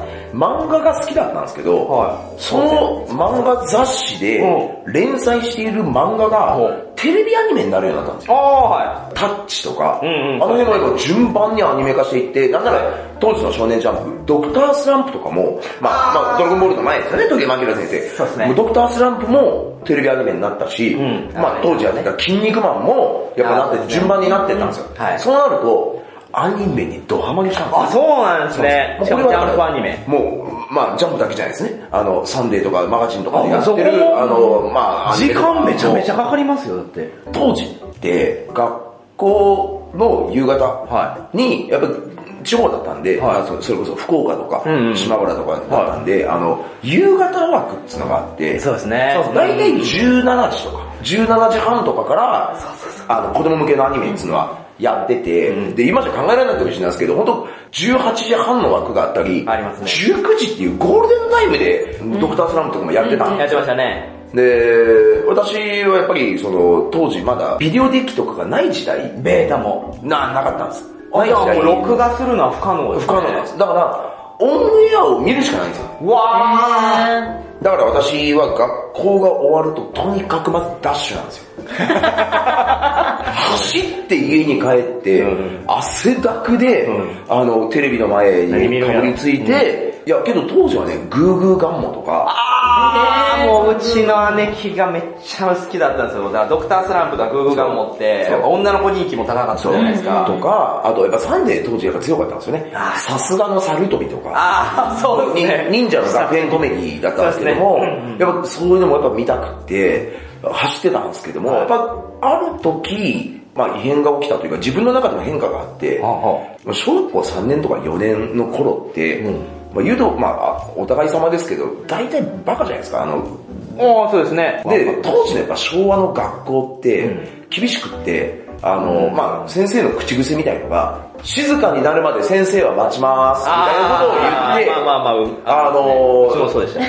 わ。漫画が好きだったんですけど、はいその漫画雑誌でう連載している漫画がうん、テレビアニメになるようになったんですよ。ああ、はタッチとか、うんうんあの辺もやっぱ順番にアニメ化していって、なんなら当時の少年ジャンプ、ドクタースランプとかも、まあ、まあ、ドラゴンボールの前ですよね、時矢明先生。そうですねもドクタースランプもテレビアニメになったし、うんまあ当時はね、筋肉マンもやっぱなってて、順番になってったんですよ。うんはいそうなると、アニメにドハマりしたんですよい。あ、そうなんですね。もうしかこれもジはャだかンらプアニメ。もう、まあ、ジャンプだけじゃないですね。あの、サンデーとかマガジンとかでやっあてそこる、もあの、まあ、ア時ニメとか間めちゃめちゃかかりますよ、だって。当時って学校の夕方はに、やっぱ地方だったんで、はいまあそそれこそ福岡とかうんうん島原とかだったんで、あの、夕方枠っていうのがあって、そうですねそう大体17時とか、17時半とかから、あの、子供向けのアニメっていうのは、やってて、で、今じゃ考えられないかもしれないですけど、本当18時半の枠があったり、ありますね19時っていうゴールデンタイムで、ドクタースラムとかもやってたんでやってましたね。で、私はやっぱりその当時まだビデオデッキとかがない時代、ベータも。な、なかったんです。あ、ないじ時ゃあ代もう録画するのは不可能です、不可能なんです。だから、オンエアを見るしかないんですよ。うわー。へーだから私は学校が終わるととにかくまずダッシュな [laughs] んですよ。走って家に帰って、うん汗だくで、うんあの、テレビの前何見にるんかやぶりついて、いや、けど当時はね、グーグーガンモとか、あーもううちの姉貴がめっちゃ好きだったんですよ。だからドクタースランプとかグーグーガン持って、そう女の子人気も高かったじゃないですか。とか、あとやっぱサンデー当時やっぱ強かったんですよね。あーさすがの猿飛びとか。ああ、そうですね。忍者の学園コメディだったんですけども、そうですねうんうんやっぱそういうのもやっぱ見たくて、走ってたんですけども、はいやっぱある時、まあ異変が起きたというか自分の中でも変化があって、はあはまあ小学校3年とか4年の頃って、うんまあ言うと、まあお互い様ですけど、大体バカじゃないですか、あの、おー、そうですね。で、当時のやっぱ昭和の学校っうてん、厳しくって、あの、まあ先生の口癖みたいのが、静かになるまで先生は待ちます、みたいなことを言って、あーまあまあまあ、あのーうちもそうでした。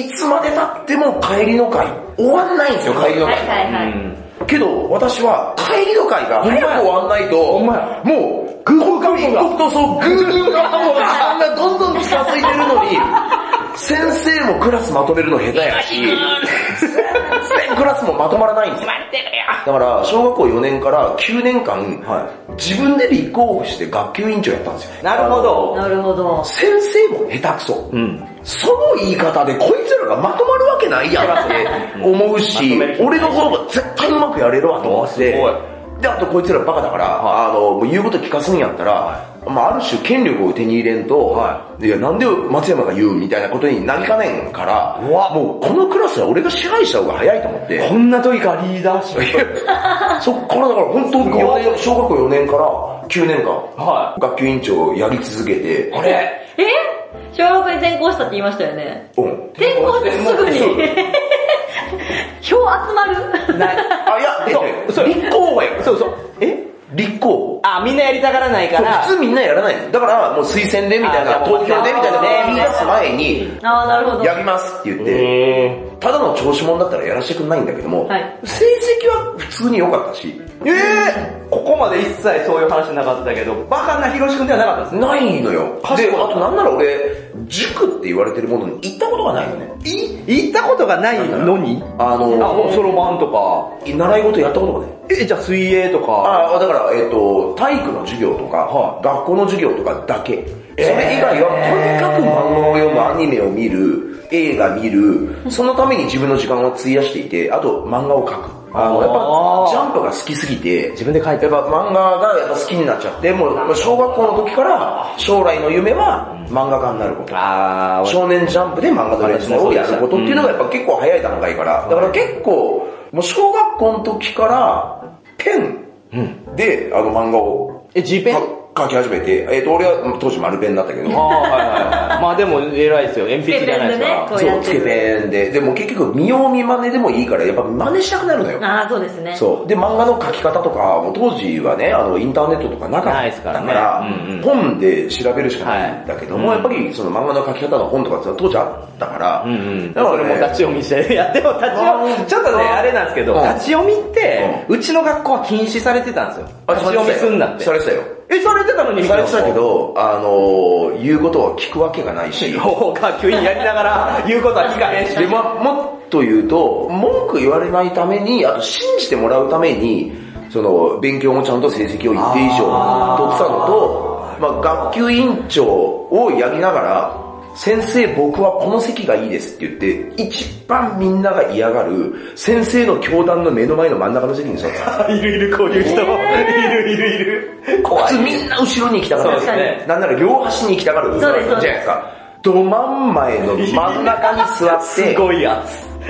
いつまで経っても帰りの会終わんないんですよ、帰りのは会。いはいうはい。んけど、私は帰りの会が早く終わんないと、ほんまやもう、グーグー一刻とそう、グーグーがもう時間がどんどん近づいてるのに、先生もクラスまとめるの下手やし、全然クラスもまとまらないんですよ。だから、小学校4年から9年間、自分で立候補して学級委員長やったんですよ。なるほど。なるほど。先生も下手くそ。んその言い方でこいつらがまとまるわけないやんって思うしまとめる、気俺の方が絶対うまくやれるわと思ってすごい、で、あとこいつらバカだから、あの、もう言うこと聞かすんやったら、まあある種権力を手に入れんとは、いや、なんで松山が言うみたいなことになりかねんから、うわもうこのクラスは俺が支配した方が早いと思って、こんな時からリーダーシッ [laughs] そっからだから本当に4年小学校4年から9年間、は学級委員長をやり続けてい。、これ、え小学校に転校したって言いましたよね。うん。転校してすぐにそう。 [laughs] 票集まる [laughs] ない。あ、いや、えっとね [laughs] そうそう立候補やから。そうそう。え立候補。あ、みんなやりたがらないかそうら。普通みんなやらないのだから、もう推薦でみたいな、あ東京でみたいなことを言い出す前に、ああ、なるほど。やりますって言って、えただの調子者だったらやらせてくんないんだけども、はい成績は普通に良かったし、えここまで一切そういう話なかったけど、バカなヒロシ君ではなかったでないのよ。で、あとなんなら俺、塾って言われてるものに行ったことがないのね。すね。い、行ったことがないのにああ、の、そろばんとか、習い事やったことがない。え、じゃあ水泳とか、ああだから、えっ、と、体育の授業とか、は学校の授業とかだけ。えーそれ以外は、とにかく漫画を読む、アニメを見る、映画見る、そのために自分の時間を費やしていて、あと漫画を描く。あの、やっあーぱ、ジャンプが好きすぎて、自分で書いてやっぱ漫画がやっぱ好きになっちゃって、もう、もう小学校の時から、将来の夢は漫画家になること。あ少年ジャンプで漫画の連載をやることっていうのがやっぱ結構早い段階から、だから結構、もう小学校の時から、ペンで、あの漫画をえ、G ペン書き始めて、えっと、俺は当時丸ペンだったけどあー、、はいはい [laughs] はい。まあでも偉いですよ。鉛筆じゃないですから。こうそやう、っつてけるペンで、でも結局見よう見真似でもいいから、やっぱ真似したくなるのよ。ああ、そうですね。そう。で、漫画の書き方とか、もう当時はね、あの、インターネットとかなかないっですたかからねらうんうん、本で調べるしかないんだけども、はいやっぱりその漫画の書き方の本とかって当時あったから、うんうん。だだかかららもねう立ち読みして、い [laughs] や、でも立ち読うんみ、ちょっとね、あれなんですけど、うん立ち読みって、うちの学校は禁止されてたんですよ。あ立ち読みすんなってさ。れてたよ。え、されてたのにされてたけ。ど、あのー、言うことは聞くわけがないし、ほう、学級委員やりながら、言うことは聞かへんし。でま、もっと言うと、文句言われないために、あと信じてもらうために、その、勉強もちゃんと成績を一定以上取ってたのと、まあ、学級委員長をやりながら、先生僕はこの席がいいですって言って、一番みんなが嫌がる、先生の教団の目の前の真ん中の席に座ってた。いるいる、こういう人も。いるいるいる。怖普通みんな後ろに行きたがるんそうですねなんなら両端に行きたがるじゃそうなでいすでそうですすか。ど真ん前の真ん中に座っすて、ごいや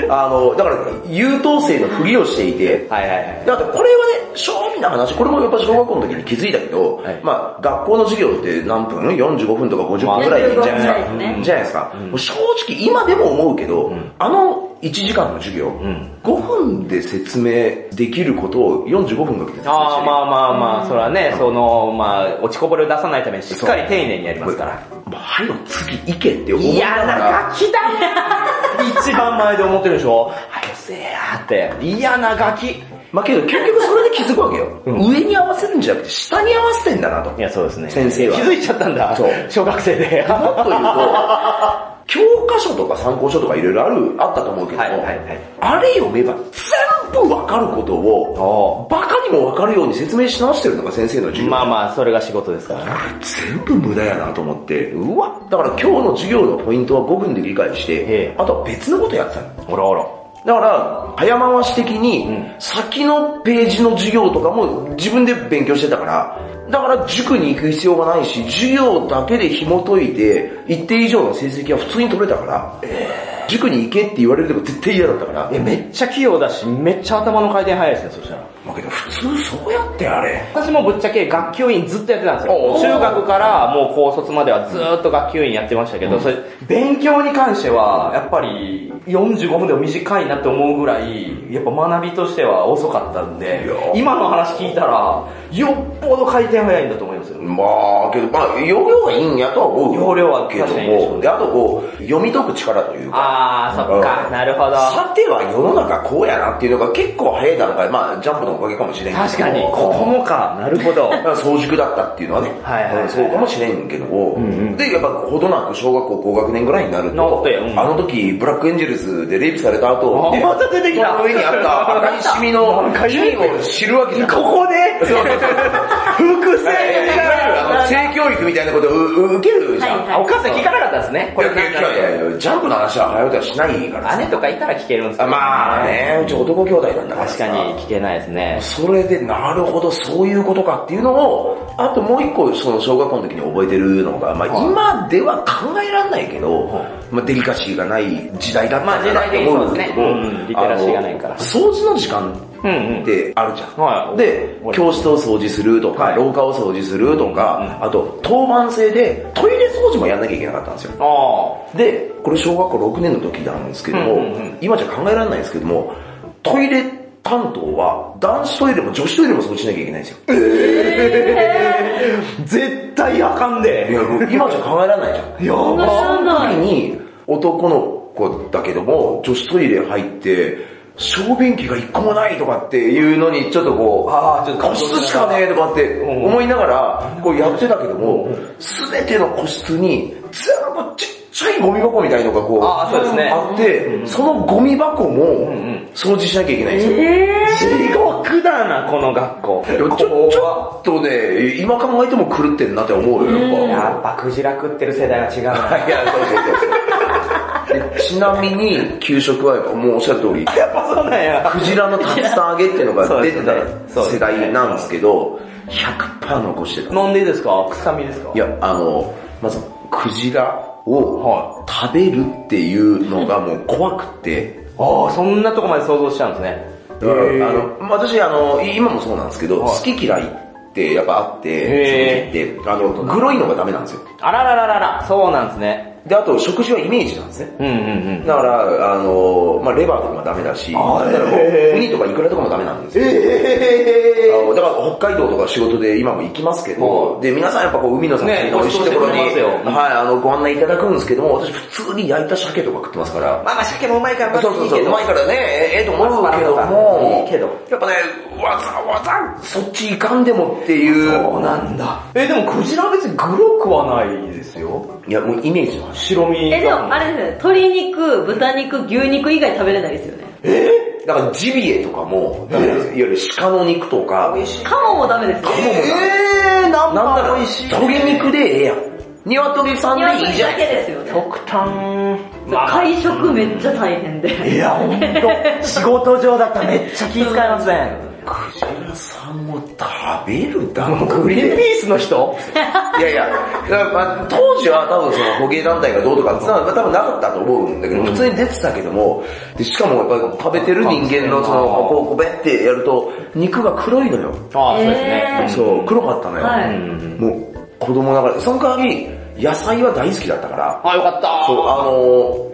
あの、だから優等生のふりをしていてつ。、はいはいはい。だってこれはね、正味な話、これもやっぱ小学校の時に気づいたけど、はいまあ学校の授業って何分 ?45 分とか50分くらいじゃないですか。 45分ぐらいですねじゃないですか。もう正直今でも思うけど、あの1時間の授業、ん5分で説明できることを45分かけて説明してるああ、まあまあまあ、それはね、その、まあ、落ちこぼれを出さないためにしっかり丁寧にやりますから。もう、はよ次行けって思い嫌ながなら、ガキだ一番前で思ってるでしょはよせやって。嫌なガキ。いまあけど結局それで気づくわけよ。上に合わせるんじゃなくて下に合わせてんだなと。や、そうですね先生は [laughs] 気づいちゃったんだ。そう小学生で。もっと言うと、教科書とか参考書とかいろいろある、あったと思うけども、はいはいはいあれ読めば全部わかることを、バカにもわかるように説明し直してるのが先生の授業。まあまあ、それが仕事ですからね。全部無駄やなと思って、うわだから今日の授業のポイントは5分で理解しええて、あとは別のことやってたの。おらおら。だから、早回し的にん、先のページの授業とかも自分で勉強してたから、だから塾に行く必要がないし、授業だけで紐解いて、一定以上の成績は普通に取れたから、塾に行けって言われるとこ絶対嫌だったから、え、めっちゃ器用だし、めっちゃ頭の回転早いですね、そしたら。まあけど普通そうやってあれ。私もぶっちゃけ学級委員ずっとやってたんですおうおうよ。中学からもう高卒まではずーっと学級委員やってましたけど、それ勉強に関しては、やっぱり45分でも短いなって思うぐらい、やっぱ学びとしては遅かったんでいや、今の話聞いたら、よっぽど回転早いんだと思いますよ。まあけど、まあ容量はいいんやとは思うよ容量はけど確かにいいでしょうも、ねで、あとこう、読み解く力というか、あー、そっか、なるほど。さては世の中こうやなっていうのが結構早い段階、まあジャンプのおかげかもしれんけど。確かに、ここもか、なるほど。だから早熟だったっていうのはね、はいはいはいうんそうかもしれんけど、んうんで、やっぱほどなく小学校高学年ぐらいになるなっと、てうんあの時、ブラックエンジェルズでレイプされたあ後、でまた出てきたその上にあった赤いシミのなんか意言う味を知るわけじゃん。ここで、そうそうそう。伏線いわゆるあがの、 [laughs] 性教育みたいなことをうう受けるじゃん。はいあお母さん聞かなかったんですね。こいれやいやいやいやジャンプの話は早いことはしないから姉とかいたら聞けるんですあまあね、うち男兄弟なんだから確さかに聞けないですね。それで、なるほど、そういうことかっていうのを、あともう一個、その小学校の時に覚えてるのが、まはいあ今では考えられないけどはい、まあデリカシーがない時代だったんだなって思うんだけど、まあ時代的にそうですねうんリテラシーがないからあの掃除の時間うんうっん。てあるじゃん。はいで、教室を掃除するとか、はい廊下を掃除するとか、あと当番制でトイレ掃除もやんなきゃいけなかったんですよ。ああ。で、これ小学校6年の時なんですけども、うんうんうん今じゃ考えられないんですけども、トイレ担当は男子トイレも女子トイレも掃除しなきゃいけないんですよ。絶対あかんいで。やもう今じゃ考えられないじゃやん。そんなば。知ら時ない。に男の子だけども、女子トイレ入って、小便器が一個もないとかっていうのにちょっとこう、ああ、ちょっと個室しかねえとかって思いながら、こうやってたけども、すべての個室に、全部ちっちゃいゴミ箱みたいのがこう、ああそうですねあって、そのゴミ箱もん、掃除しなきゃいけないんですよ。地獄だな、この学校。でもちょちょっとね、今考えても狂ってんなって思うよ、やっぱ。やっぱクジラ食ってる世代は違うな。いや、そうそうそうそう。でちなみに、給食はやっぱもうおっしゃる通り、やっぱそうなんや。クジラの竜田揚げっていうのが出てた世代なんですけど、100%残してた。飲んでいいですか臭みですかいや、あの、まず、クジラをは食べるっていうの [laughs] がもう怖くて、ああ、そんなとこまで想像しちゃうんですね。だからあの、まあ私、あの、い今もそうなんですけど、はい好き嫌いってやっぱあってへ、食事って、あの、グロいのがダメなんですよ。あららららら、そうなんですね。で、あと、食事はイメージなんですね。うんうんうん。だから、あの、まあレバーとかもダメだし、だあからもうへーウニとかイクラとかもダメなんですよ。あのだから北海道とか仕事で今も行きますけど、はで、皆さんやっぱこう海の幸ねの美味しいところごに、馳走してくれますよはい、あの、ご案内いただくんですけども、私普通に焼いた鮭とか食ってますから、まあまあ、鮭もうまいから、まあそうそうそう、いいうけどまいからね、えええと思うけども、いいけどやっぱね、わざわざそっち行かんでもっていう、そうなんだ。え、でもクジラは別にグロくはないですよ。いや、もうイメージの話。白身が。え、でもあれですね、鶏肉、豚肉、牛肉以外食べれないですよね。だからジビエとかも、ダメなんですよいわゆる鹿の肉とか、カモもダメですよ鴨もダメえー、なんなんなら、トゲ肉でええやん。鶏さんいや、そでいいれじゃんだ。けですよね。極端。会食めっちゃ大変で。いや、ほんと、仕事上だったらめっちゃ気遣いますね。クジラさんも食べるだろグリーンピースの人いやいや、だからまあ当時は多分その捕鯨団体がどうとかってのは多分なかったと思うんだけど、普通に出てたけども、でしかもやっぱり食べてる人間のその、あーこうこうべってやると、肉が黒いのよ。ああ、そうですえね。そう、黒かったのよ。はいもう、子供ながら、その代わり、野菜は大好きだったから、あ、よかった。そう、あ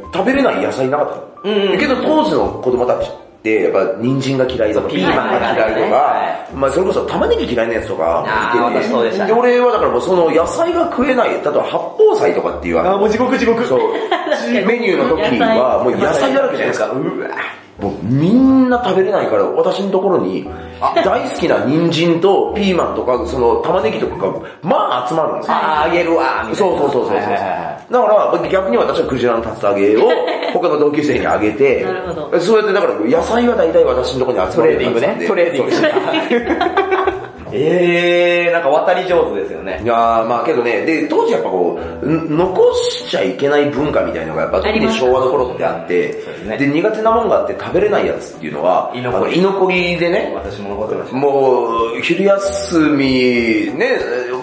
のー食べれない野菜なかったの。うんうんけど当時の子供たちって、やっぱ人参が嫌いとか、ピーマンが嫌いとか、はまあそれこそ玉ねぎ嫌いなやつとかあーいて私そうでした俺はだからもうその野菜が食えない、例えば八宝菜とかっていうあのあ、もう地獄地獄。 [laughs] そう、メニューの時はもう野菜だらけじゃないですか。うわもうみんな食べれないから、私のところに、大好きな人参とピーマンとか、その玉ねぎとかが、まあ集まるんですよ。ああげるわ、みたいな。そうそうそうそうそうはいはいはいだから、逆に私はクジラの竜田揚 [laughs] げを他の同級生にあげてなるほ、どそうやってだから野菜は大体私のところに集トまレーるディングね。トレーディングそうですえー、なんか渡り上手ですよね。いやーまあけどね、で、当時やっぱこう、ん残しちゃいけない文化みたいのがやっぱあ特りにます昭和の頃ってあって、そうですねで、苦手なもんがあって食べれないやつっていうのは、居残りあの居残りでね、私も残ってました。もう、昼休み、ね、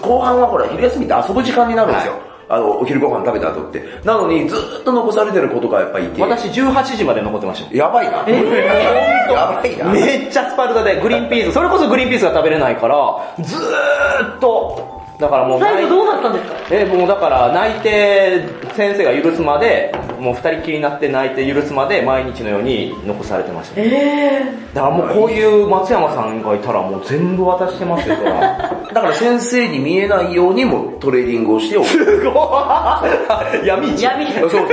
後半はほら、昼休みって遊ぶ時間になるんですよ。はいあの、お昼ご飯食べた後って。なのに、ずーっと残されてることがやっぱいて。私18時まで残ってました。やばいな。 [laughs] やばいな。めっちゃスパルタで、グリーンピース、それこそグリーンピースが食べれないから、ずーっと、だからもう、最後どうだったんですかえもうだから泣いて先生が許すまでもう二人きりになって泣いて許すまで毎日のように残されてましただえからもうこういう松山さんがいたらもう全部渡してますよそらだから先生に見えないようにもトレーディングをして [laughs] おく。すごい闇えー、市闇そうそうそうそう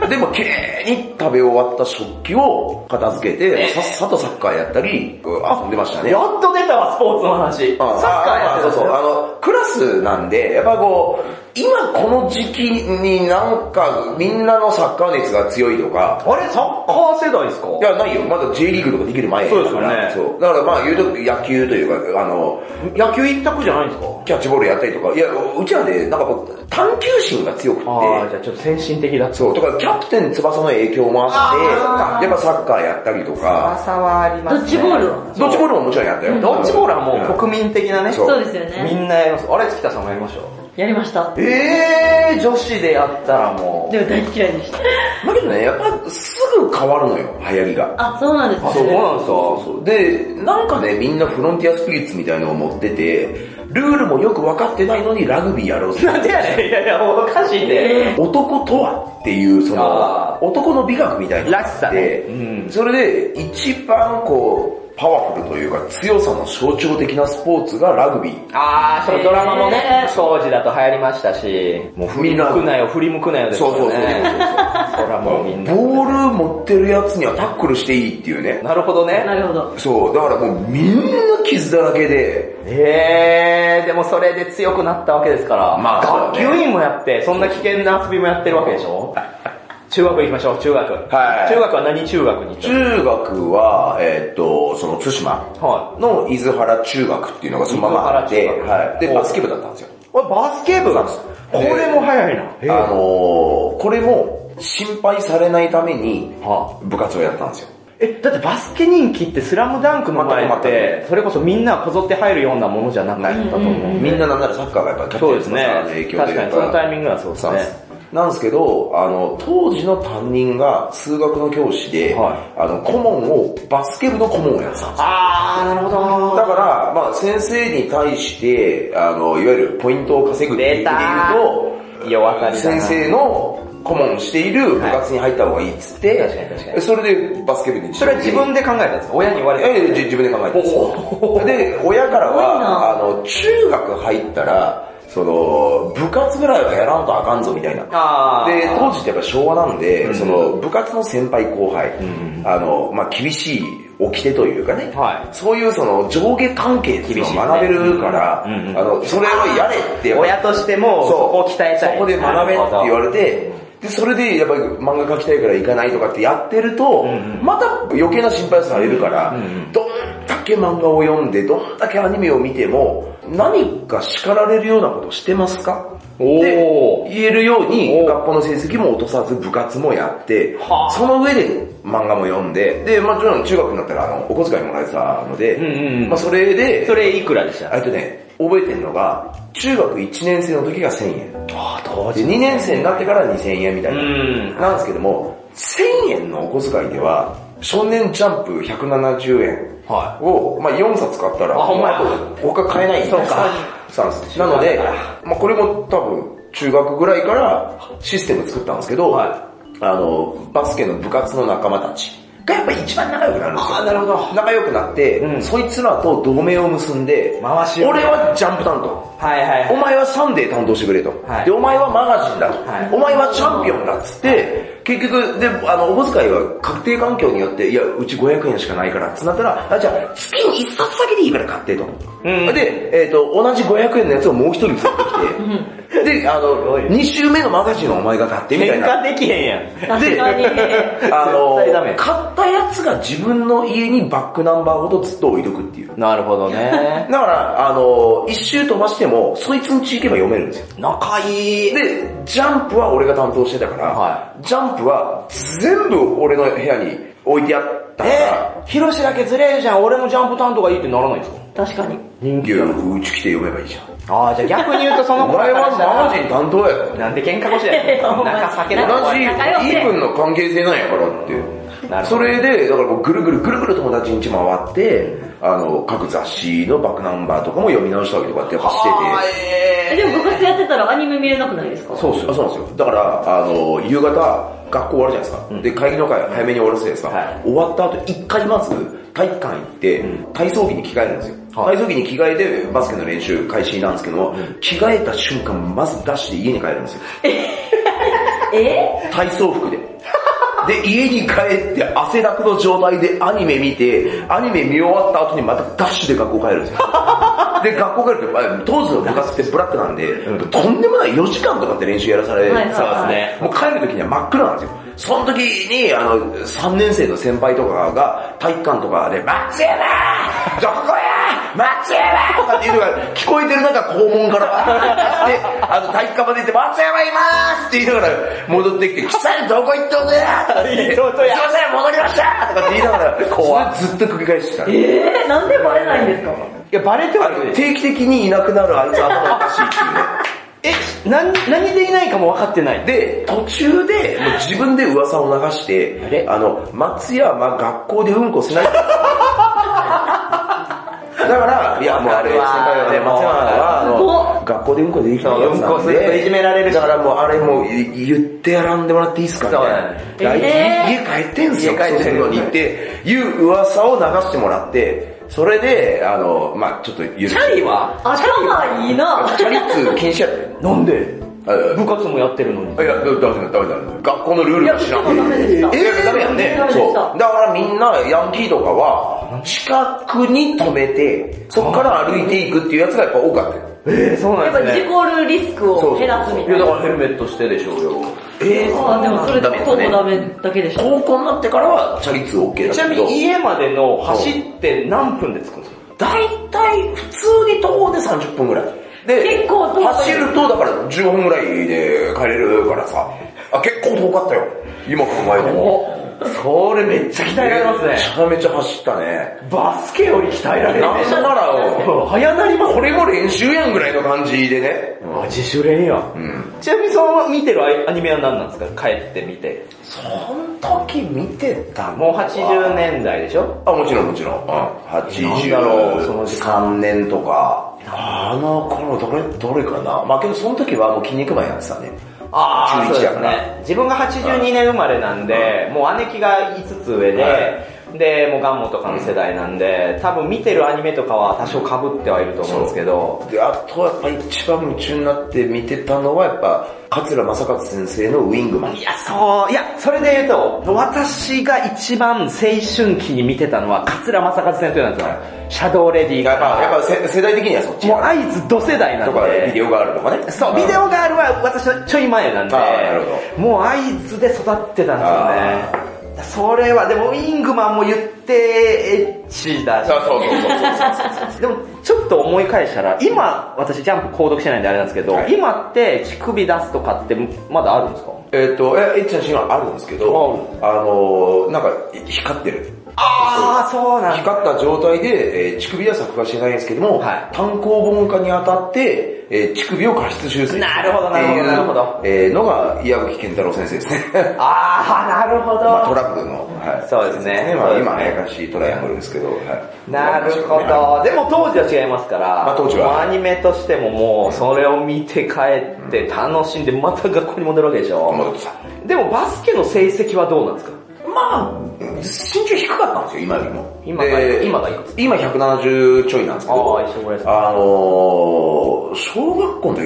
そう。でも、きれいに食べ終わった食器を片付けて、さっさとサッカーやったり、遊んでましたね。やっと出たわスポーツの話あサッカーやってたあそうそう。あの、クラスなんで、やっぱこう、今この時期になんかみんなのサッカー熱が強いとか、あれサッカー世代ですかいや、ないよ。まだ J リーグとかできる前だそうでかすよねら。そう。だからまあ言うと野球というか、あの、野球一択じゃないんですかキャッチボールやったりとか、いや、うちはね、なんかこう、探求心が強くて、ああじゃあちょっと先進的だそう、とかキャプテン翼の影響もああっーて、やっぱサッカーやったりとか、はありドッジボールはドッジボールももちろんやったよ。ドッジボールはもう国民的なねそうそうですよみね。んなやりますあれ月田さんもやりましょやりましたう。えー、女子でやったらもうでも大嫌いでした。だけどね、やっぱすぐ変わるのよ、流行りが。あ、そうなんですあそうなんですかそうで、なんかね、みんなフロンティアスピリッツみたいのを持ってて、ルールもよく分かってないのにラグビーやろうぜなんでやねん。いやいや、おかしいね。男とはっていう、そあの、男の美学みたいなのがあってらしさねうんそれで、一番こう、パワフルというか強さの象徴的なスポーツがラグビー。あー、そのドラマもねえ、ー当時だと流行りましたし、もう振り向くなよ、振り向くなよですよね。そうそうそうそうそうそらもうみんな。ボール持ってるやつにはタックルしていいっていうね。なるほどなね。るほど。そう、だからもうみんな傷だらけで、えー、でもそれで強くなったわけですから。まあそうだ学ね級委員もやって、そんな危険な遊びもやってるわけでしょ中学行きましょう、中学。はい中学は何中学に行ったの中学は、えーっと、その対馬はい。の伊豆原中学っていうのがそのままあって、伊豆原中学はい、で、バスケ部だったんですよ。あバスケ部なんですこでれも早いな。あのー、これも心配されないためには部活をやったんですよ。え、だってバスケ人気ってスラムダンクの前全っく全て、それこそみんなこぞって入るようなものじゃなかったと思う。みんななんならサッカーがやっぱキャプそうテンですね翼の影響。で。確かにそのタイミングはそうですそうなんですね。。なんですけど、あの、当時の担任が数学の教師で、はあの、顧問を、バスケ部の顧問をやってたんですよあー、なるほど。だから、まあ先生に対して、あの、いわゆるポイントを稼ぐっていう意味で言うと、出たー世渡りだな先生の顧問している部活に入った方がいいっつって、はい確かに確かにそれでバスケ部にそれは自分で考えたんですか親に言われたんえですえかじ自分で考えておます。で、親からは、あすの、中学入ったら、その、部活ぐらいはやらんとあかんぞみたいな。あーで、当時ってやっぱ昭和なんで、んその、部活の先輩後輩、あの、まあ厳しい掟というかね、はいそういうその上下関係っていうのを学べるから、厳しいねうんうんあの、それをやれってやっぱ親としても、そこを鍛えたい。そこで学べって言われれて、で、それでやっぱり漫画描きたいから行かないとかってやってると、んうんまた余計な心配をされるから、どんだけ漫画を読んで、どんだけアニメを見ても、何か叱られるようなことしてますかおーって言えるようおに、ー学校の成績も落とさず部活もやってはあ、その上で漫画も読んで、で、まあ、もちろん中学になったらあのお小遣いもらえてたので、んうんまあ、それで、それいくらでしたあとね、覚えてるのが、中学1年生の時が1000円。あー、当で、2年生になってから2000円みたいな。うんなんですけども、1000円のお小遣いでは、少年ジャンプ170円はを、まあ4冊買ったら、あほんまやあ他買えないんですそうかそうなんです。なので、まあこれも多分、中学ぐらいからシステム作ったんですけど、はいあの、バスケの部活の仲間たちがやっぱり一番仲良くなるんですよ。あーなるほど仲良くなって、うんそいつらと同盟を結んで、回しを俺はジャンプ担当。はいはいはいお前はサンデー担当してくれと。はいで、お前はマガジンだと。はいお前はチャンピオンだっつって、結局、で、あの、お小遣いは確定環境によって、いや、うち500円しかないからっつなったら、あじゃあ、月に1冊だけでいいから買ってと。うんで、えっ、と、同じ500円のやつをもう一人連れてきて、で、あの、2週目のマガジンはお前が買ってみたい喧な。嘩できへんやん。さすがに。あ絶対ダメの、買ったやつが自分の家にバックナンバーごとずっと置いとくっていう。なるほどだね。から、あの、一周飛ばしても、そいつん家行けば読めるんですよ。 [laughs] 仲いい。で、ジャンプは俺が担当してたから、はジャンプは全部俺の部屋に置いてあったから、えヒロシだけずれるじゃん、俺もジャンプ担当がいいってならないんですか確かに。人間のうち来て読めばいいじゃん。ああ、じゃあ逆に言うとそおの子前はからしたらマガジン担当やから。 [laughs] なんで喧嘩腰だ [laughs] よ。お前仲避けなたんか同怖じい。仲良くイねーブンの関係性なんやからってなるほどそれで、だからこうぐるぐるぐるぐる友達ん家回って、あの、各雑誌のバックナンバーとかも読み直したりとかってやっぱしてて。え、でも部活やってたらアニメ見れなくないですかそうっすよ。そうなんですよ。だから、あの、夕方、学校終わるじゃないですか。で、会議の会早めに終わらせるじゃないですか。はい終わった後、一回まず、体育館行って、体操着に着替えるんですよ。はい体操着に着替えて、バスケの練習開始なんですけども、着替えた瞬間、まず出して家に帰るんですよ。え体操服で。 [laughs] で、家に帰って汗だくの状態でアニメ見て、アニメ見終わった後にまたダッシュで学校帰るんですよ。で、学校帰ると、まあ当時の部活ってブラックなんで、とんでもない4時間とかって練習やらされはいはいてはいそうですねもう帰る時には真っ暗なんですよ。その時に、あの、3年生の先輩とかが、体育館とかで、松山どこや松山とかっていうのが聞こえてる中、校門から、で、あの、体育館まで行って、松山いますって言いながら戻ってきて、貴様どこ行っとんねやとか言って、伊すいま藤とやせん、戻りましたとかって言いながら、怖ずっと繰り返してた。えなんでバレないんですかいや、バレてはいるでしょ定期的にいなくなるあいつ頭おかしいっていうね。え、なん、何でいないかも分かってない。で、途中で、もう自分で噂を流しあてれ、あの、松山学校でうん [laughs] こしない。だから、いや、もうあれ、わかる先輩わはね、松山は、あすの、学校でうんこできないそやつううんなこんするといじめられるで、しだからもうあれもうい言ってやらんでもらっていいっすかみたいなそうだねであいつえ家帰ってんすよ、家帰ってるクソするのにって、いう噂を流してもらって、それで、あの、まあちょっと許して。は頭いいなチャリ通禁止やで。なんであ部活もやってるのに。いや、ダメだ、ダメだ、学校のルールは知らん。いやダメでしたえーダメやんねダ。メでしたそう。だからみんな、ヤンキーとかは、近くに止めて、そこから歩いていくっていうやつがやっぱ多かったよ。えー、そうやっぱ事。故るリスクを減らすみたいな。ヘルメットしてでしょうよ。えーあ、でもそれでもほぼダダメメだけでした。高校になってからは、チャリ通 OK だちなけみど、に家までの走って何分で着くんですかだいたい普通に徒歩で30分ぐらい。で、結構遠い走ると、だから15分ぐらいで帰れるからさ、あ、結構遠かったよ。今考えても。おそれめっちゃ鍛えられますめねち。ゃめちゃ走ったね。バスケより鍛えられるね。なんならようん早なりますこれも練習やんぐらいの感じでね。あ自主練や。うん。ちなみにその見てるアニアニメは何なんですか帰ってみて。そん時見てたのもう80。年代でしょあ、もちろんもちろん。うん。なんだろうその時83年とか。あの頃どれ、どれかな。まあけどその時はもう筋肉マンやってたね。ああ、そう11でやすからね。自分が82年生まれなんで、もう姉貴が5つ上で、はで、もうガンモとかの世代なんで、多分見てるアニメとかは多少被ってはいると思うんですけど、で、あとやっぱ一番夢中になって見てたのはやっぱ、桂正和先生のウィングマンい。や、そう、いや、それで言うと、私が一番青春期に見てたのは、桂正和先生なんですよ。シャドウレディーやが。っぱ、やっぱせ世代的にはそっちもうや。合図同世代なとんか、ビデで。オがあるとかね。そう、ビデオガールは私のちょい前なんであーなるほ、もう合図で育ってたんですよね。それは、でもウィングマンも言って、エッチだし。あそうそうそうそうそうそう。でも、ちょっと思い返したら、今、私ジャンプ購読してないんであれなんですけど、はい今って乳首出すとかってまだあるんですかえっ、と、え、エッチなシーンはあるんですけど、あのー、なんか、い光ってる。ああ、そうなんだ。光った状態で、えー乳首は作画してないんですけども、はい単行本化にあたって、えー乳首を過失修正なるほどなるほどなるほどっていうえーのが、矢吹健太郎先生です [laughs] ね。ああ、なるほど。まあ、トラックの、はい。そうですねまあ、そうですね今、あやかしいトライアングルですけど、はい。なるほまあ。ど。でも当時は違いますから、まあ当時もはうアニメとしてももうそれを見て帰って楽しんでまた学校に戻るわけでし戻ょ。ってきたでもバスケの成績はどうなんですかまあ、身長低かったんですよ、今よりも。今がで今がいくつ今170ちょいなんですけど、あー一緒ぐらいですねあのー、小学校の時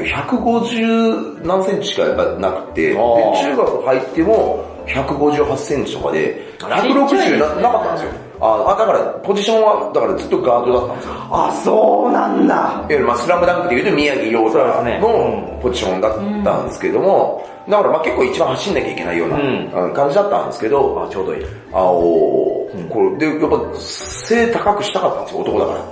150何センチしかやっぱなくて、であー中学入っても158センチとかで、あらちっちゃいですね160ななかったんですよ。ああだからポジションはだからずっとガードだったんですよあ、そうなんだ。いわゆるまあスラムダンクでいうと宮城洋太そうですねのポジションだったんですけども、だからまあ結構一番走んなきゃいけないようなうんあの感じだったんですけど、あ、ちょうどいい。あおーこれでやっぱ背高くしたかったんですよ、男だから。あ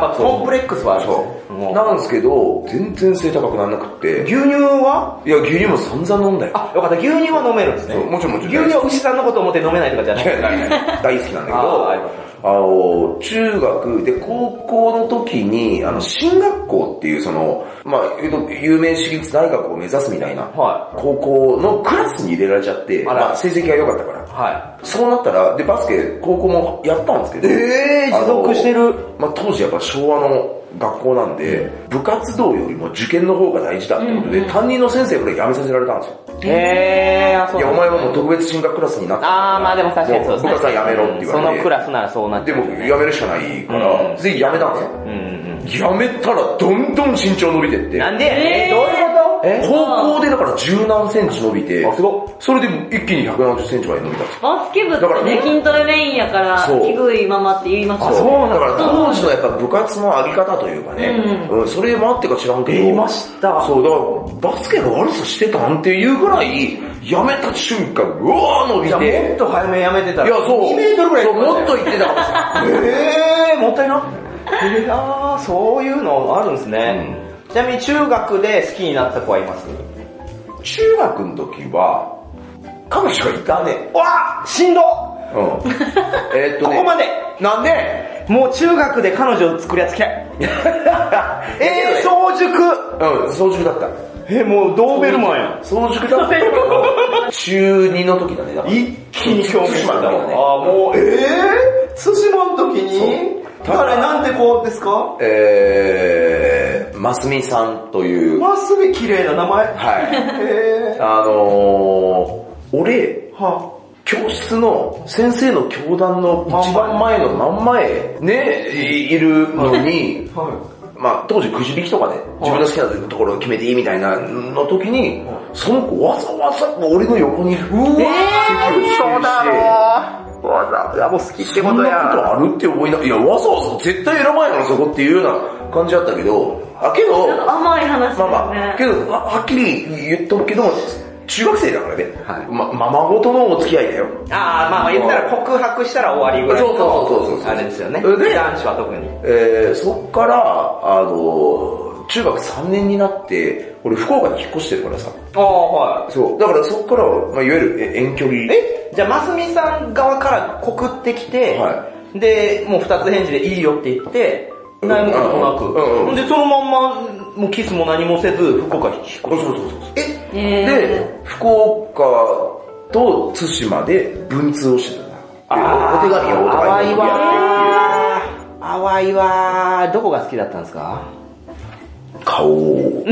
ー、やっぱそうコンプレックスはあるんですねそう。もなんですけど、全然背高くならなくうて、牛乳はいや、牛乳も散々飲んだよ。あ、よかった。牛乳は飲めるんですね。そうもちろんもちろん牛乳は牛さんのこと思って飲めないとかじゃないい。やないない [laughs] 大好きなんだけど、あーあよかったの、中学で高校の時に、あの、進学校っていうその、まあ、言うと有名私立大学を目指すみたいな、は高校のクラスに入れられちゃって、あらまあ、成績が良かったから。はそうなったら、で、バスケ、高校もやったんですけど。えーあの持続してる。まあ、当時やっぱ昭和の学校なんで、部活動よりも受験の方が大事だってことで、担任の先生これ辞めさせられたんですよ。い。へー、あ、そういや、なんおだ前はもう特別進学クラスになったから。あー、まあでも確かにそうですね。も部活はやめろって言われて。そのクラスならそうなっちでゃうもよね。やめるしかないから、うんで、やめたんですよ。うんうんやめたらどんどん身長伸びてっうん。て。なんでえーどういうこと高校でだから十何センチ伸びて、あすごっそれで一気に170センチまで伸びたんですよ。バスケ部ってだからねね、筋トレメインやから、そうきぐいママって言いますよ。うだから当時のやっぱ部活の上げ方というかね、うんそれもあってか知らんけど。言いましたそう、だからバスケの悪さしてたんっていうぐらい、やめた瞬間、うわー伸びじゃあて。もっと早めやめてたら。いや、そう。 2メートルぐらいそ行う、くんだよ。もっと言ってたかもしれない。えー、もったいな。えー、 [laughs] あーそういうのあるんですね。ちなみに中学で好きになった子はいます中学の時は、彼女がいたね。うわしんどうん。 [laughs] えーっとこね。こまでなんでもう中学で彼女を作る [laughs] やつ嫌い。えー、う。早熟うん、早熟だった。えー、もうドーベルマンやん。早熟だったけ [laughs] ど。中2の時だね、だから。一気に興味しまったそうわ。あーもう、えー、対馬の時にそう誰なんて子ですかえー、ますみさんという、まっすぐ綺麗な名前。はい。えあのー、俺、ー、は教室の、先生の教団の一番前の真ん前、ね、いいるのに、はまあ当時くじ引きとかね、自分の好きなところを決めていいみたいなの時に、その子わざわざ俺の横に、うわーってそうだろう。わざわざもう好きってそこんとなや。ことあるって思いな、いや、わざわざ絶対選ばないのそこっていうような感じだったけど、あ、けど、なんか甘い話だまあよね。まあ、けど、ははっきり言っとくけど、中学生だからね、はいま、ママごとのお付き合いだよ。ああ、まあまあ言ったら告白したら終わりぐらいの。そうそうそうそうそうあれですよね。で男子は特に。えー、そっから、あの、中学3年になって、俺福岡に引っ越してるからさ。ああ、はそう。だからそっからは、まあ、いわゆるえ遠距離。い。えじゃあ、ますみさん側から告ってきて、はで、もう二つ返事でいいよって言って、うん悩むことうんもなんうく。で、そのまんま、もうキスも何もせず、福岡に引っ越しそうそうそうそう。ええで、福岡と対馬で文通をしてたんだ。お手紙をお互いに送り合ってってい淡いわう。ー。淡いわー。どこが好きだったんですか顔を。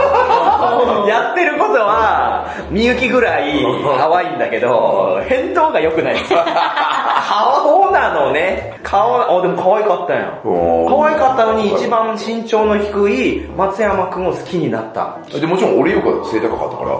[laughs] やってることは、みゆきぐらい淡いんだけ [laughs] ど、返答が良くない [laughs] です。顔なのね。顔、あ、でも可愛かったよ。おー可愛かったのに一番身長の低い松山くんを好きになった。で、もちろん俺よりか背高かったから。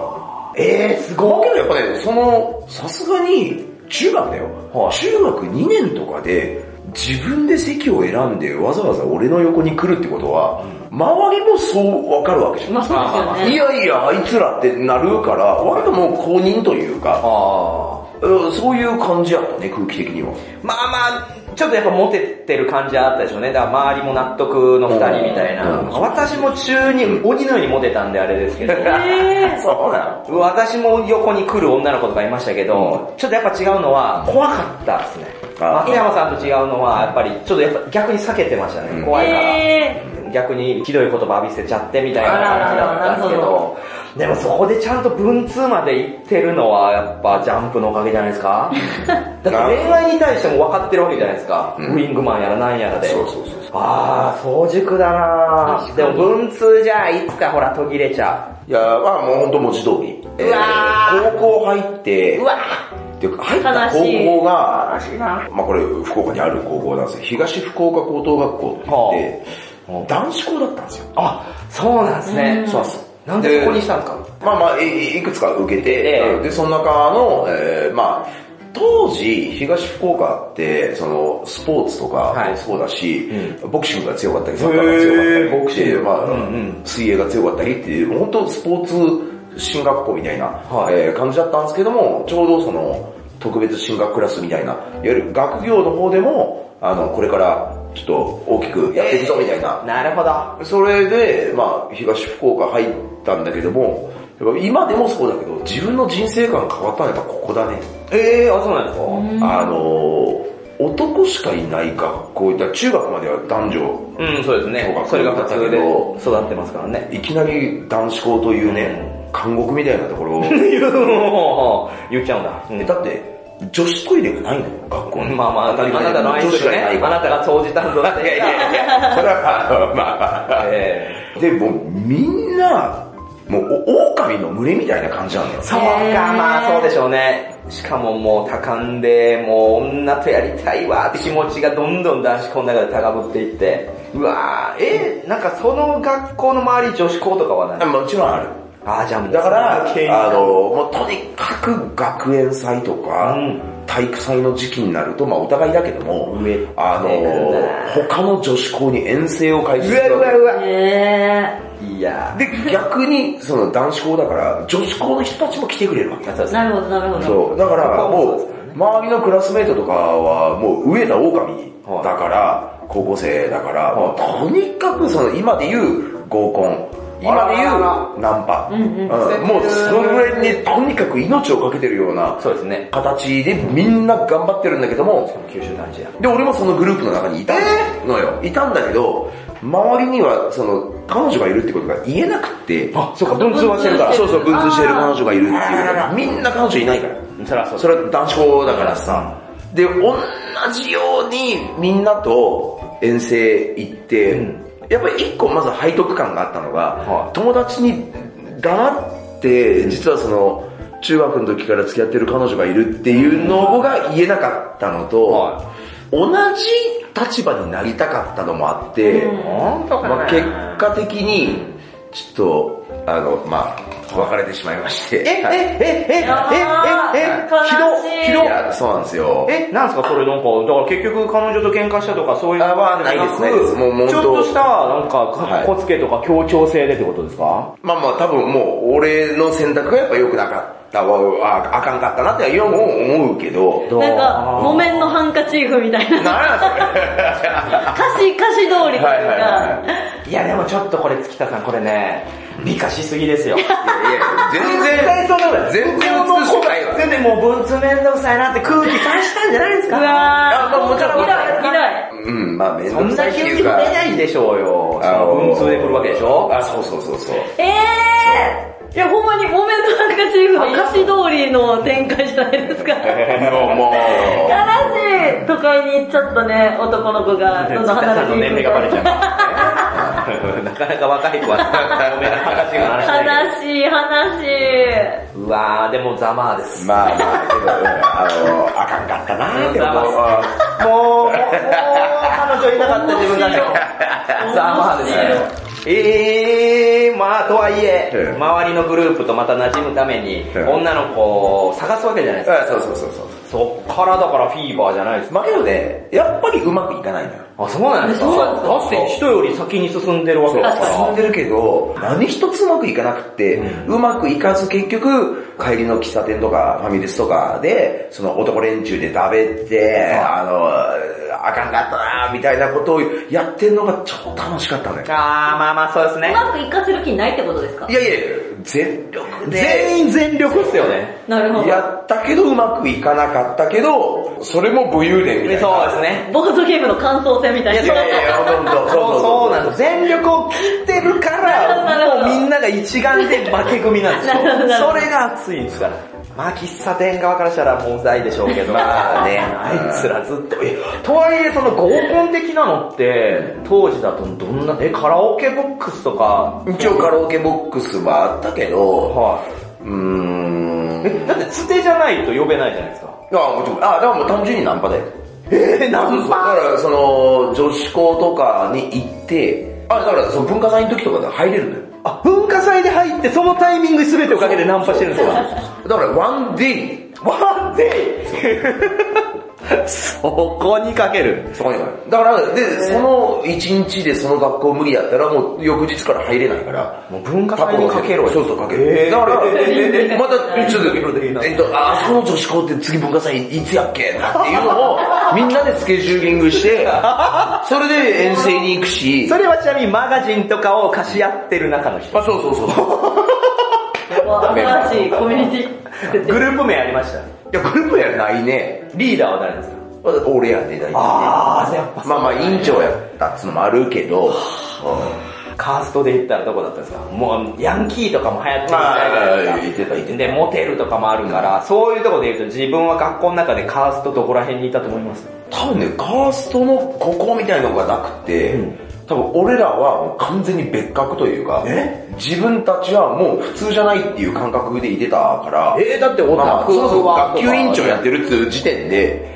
えー、すだごけい。どやっぱね、その、さすがに、中学だよ、はい中学2年とかで、自分で席を選んでわざわざ俺の横に来るってことは、周りもそうわかるわけじゃん。まあそうですよね。いやいや、あいつらってなるから、割ともう公認というか、あうんそういう感じやったね、空気的には。ーまあまあ、ちょっとやっぱモテてる感じはあったでしょうね。だから周りも納得の二人みたいな。うんうん私も中に鬼のようにモテたんであれですけど。 [laughs] えーそうなの私も横に来る女の子とかいましたけど、ちょっとやっぱ違うのは、怖かったですね。あ松山さんと違うのは、やっぱり、ちょっとやっぱ逆に避けてましたね、うん怖いから。え逆にひどい言葉浴びせちゃってみたいな感じだったんですけあらららなるほど、でもそこでちゃんと文通まで行ってるのはやっぱジャンプのおかげじゃないですかだって恋愛に対しても分かってるわけじゃないですか。うんウィングマンやらなんやらで。そうそうそうそう。あー、早熟だなぁ。確でかもに文通じゃいつかほら途切れちゃう。いや、まあもうほんと文字通り。えうわーー高校入って、うわで入った高校が、まあこれ福岡にある高校なんですけど、東福岡高等学校って言はっあて、男子校だったんですよ。あ、そうなんですね。そうです。なんでそこにしたんですかまあまあ、いいくつか受けて、ええうんで、その中の、えーまあ、当時、東福岡って、その、スポーツとはかいもそうだし、うボクシングが強かったり、サッカーが強かったへーり、ボクシング、まあ、うんうん水泳が強かったりっていう、もう本当スポーツ進学校みたいな、はいえー感じだったんですけども、ちょうどその、特別進学クラスみたいな、いわゆる学業の方でも、あの、これから、ちょっと大きくやっていくぞみたいな、なるほど。それで、まあ、東福岡入ったんだけども、やっぱ今でもそうだけど、自分の人生観変わったのはやっぱここだね。ええー、あ、そうなんですかあのー、男しかいない学校、だから中学までは男女、うん、そうですね。そそれれが普が普通通でで育ってますからね。 [laughs] いきなり男子校というね、監獄みたいなとこ [laughs] ろを、言っちゃうんだ。うんだって、女子トイレがないのよ、学校に。まあまあ、あ当たり前なたの愛女す子るがいね。なあいからなたが掃除担当し [laughs] いやていいやいや、それは [laughs] まあまあまあ。 [laughs] えで、もうみんな、もうお狼の群れみたいな感じなんだよー。そうへか、ーまあそうでしょうね。しかももう多感で、もう女とやりたいわーって気持ちがどんどん男子校の中で高ぶっていって、うわー、えー、なんかその学校の周り女子校とかはないもちろんある。あー、じゃあもう。だから、それが原因あの、もうとにかく学園祭とか、うん体育祭の時期になると、まあお互いだけども上、あの上だ、他の女子校に遠征を開始うすわるうわわけうわ。えいやで、逆に、その男子校だから、女子校の人たちも来てくれるわけ。ー。そうー、なるほど、なるほど。そう、だからもう、周りのクラスメイトとかはもう、上田狼はいだから、高校生だから、もうとにかくその、今で言う合コン、今で言うナンパ、んうんうんもうそれぐらいにとにかく命をかけてるようなそうですね。形でみんな頑張ってるんだけども、九州男児だ。で、俺もそのグループの中にいたのよ。いたんだけど、周りには、その、彼女がいるってことが言えなくって、あ、そうか、文通はしてるから。そうそう、文通してる彼女がいるっていあらららう。みんな彼女いないから。そらそうそれは男子校だからさ。で、同じようにみんなと遠征行って、うんやっぱり一個まず背徳感があったのが、はい友達に黙って、実はその、中学の時から付き合ってる彼女がいるっていうのが言えなかったのと、は同じ立場になりたかったのもあって、うん本当かなまあ、結果的に、ちょっと、あの、まあ、別れてしまいましえ、え、え、て。はえ、いえ、え、あーえ、悲しいひど、いひど。や、そうなんですよ。え、なんすかそれなんか、だから結局彼女と喧嘩したとかそういうあまあないですないですもうもうちょっとした、なんか、かはっいこつけとか協調性でってことですかまあまあ、多分もう、俺の選択がやっぱ良くなかったわ、ああかんかったなって今も思うけど、どうなんか、木綿のハンカチーフみたいな。なんやそれ。歌詞、歌詞通りというか。はいはいはいやでもちょっとこれ、月田さんこれね、美化しすぎですよ。いやいや、全然、全然美しくないわ。全然もう文通めんどくさいなって空気さしたんじゃないですうかわあまあもちろんイライ、イライ。うん、まあ面 [laughs] そ倒んくさないって急にいう触か。れないでしょうよ。あの文通で来るわけでしょあ、そうそうそうそう。えーいや、ほんまに木綿のハンカチーフの歌詞通りの展開じゃないですか。もう、もう。悲しい都会に行っちゃったね、男の子が。ちょどっとんどん花離さんのれて年齢いくがバレちゃう。 [laughs] なかなか若い子は、ごめんな話が話せない悲しい、け悲どうわー、でもざまーです。まあまあ、けど、うんあの、あかんかったなって思う。もう、もう、彼女いなかった自分 [laughs] がね。ざまーですよ。えー、まあとはいえ、ええ周りのグループとまた馴染むために、え女の子を探すわけじゃないですか。あそうそうそうそう。そっからだからフィーバーじゃないですか。まあけどね、やっぱりうまくいかないのよ。あ、そうなんですかそうなんですかだって人より先に進んでるわけだか進んら。でるけど、何一つうまくいかなくって、うまくいかず結局、帰りの喫茶店とかファミレスとかで、その男連中で食べて、あの、あかんかったなみたいなことをやってんのがちょっと楽しかったのよ。あー、まあまあそうですしい。うね。まくいかせる気ないってことですかいやいや、全力で。全員全力っすよね。なるほど。やったけどうまくいかなかったけど、それも武勇伝みたいな。そうですね。ボードゲームの感想戦みたいいやいやいな。や、ほとんど。そうそうなんです。全力を切ってるから、もうみんなが一丸で負け組なんですよ。なるほどそれが熱いんですから。まあ喫茶店側からしたらもううざいでしょうけど。まあねあいつらずっと。えとはいえその合コン的なのって、当時だとどんな、え、カラオケボックスとか、一応カラオケボックスはあったけど、はい。うーん。え、だってつてじゃないと呼べないじゃないですか。あ、もちろん。あ、だからもう単純にナンパだよ。え、ナそうそうンだかパら、その、女子校とかに行って、あ、だから、その文化祭の時とかで入れるのよ。あ、文化祭で入ってそのタイミングに全てをかけてナンパしてるんですかだから、ワンデイワンデイそこにかける。そこにかだから、で、その一日でその学校無理だったら、もう翌日から入れないから。もう文化祭にかけろよそうそう、かける。えーだ [laughs] から、また、ちょっいろいろとでいいな、えっと、ああそこの女子校って次文化祭いつやっけなっていう [laughs] のを、みんなでスケジューリングして、それで遠征に行くし、それはちなみにマガジンとかを貸し合ってる中の人。あ、そうそうそうそう。新しいコミュニティ作ってグループ名ありました。いや、グループやないね。リーダーは誰ですかまだ俺やね、大体。ああ、やっぱまあまあ、委員長やったっつうのもあるけど、カーストで言ったらどこだったんですかもう、ヤンキーとかも流行ってるじまゃないあ、で言っすか。てた、言ってた。で、モテるとかもあるから、そういうとこで言うと自分は学校の中でカーストどこら辺にいたと思います多分ね、カーストのここみたいなのがなくて、多分俺らはもう完全に別格というか、自分たちはもう普通じゃないっていう感覚でいてたから、えーだってオタクまあまあそうそう、は学級委員長やってるっていう時点で、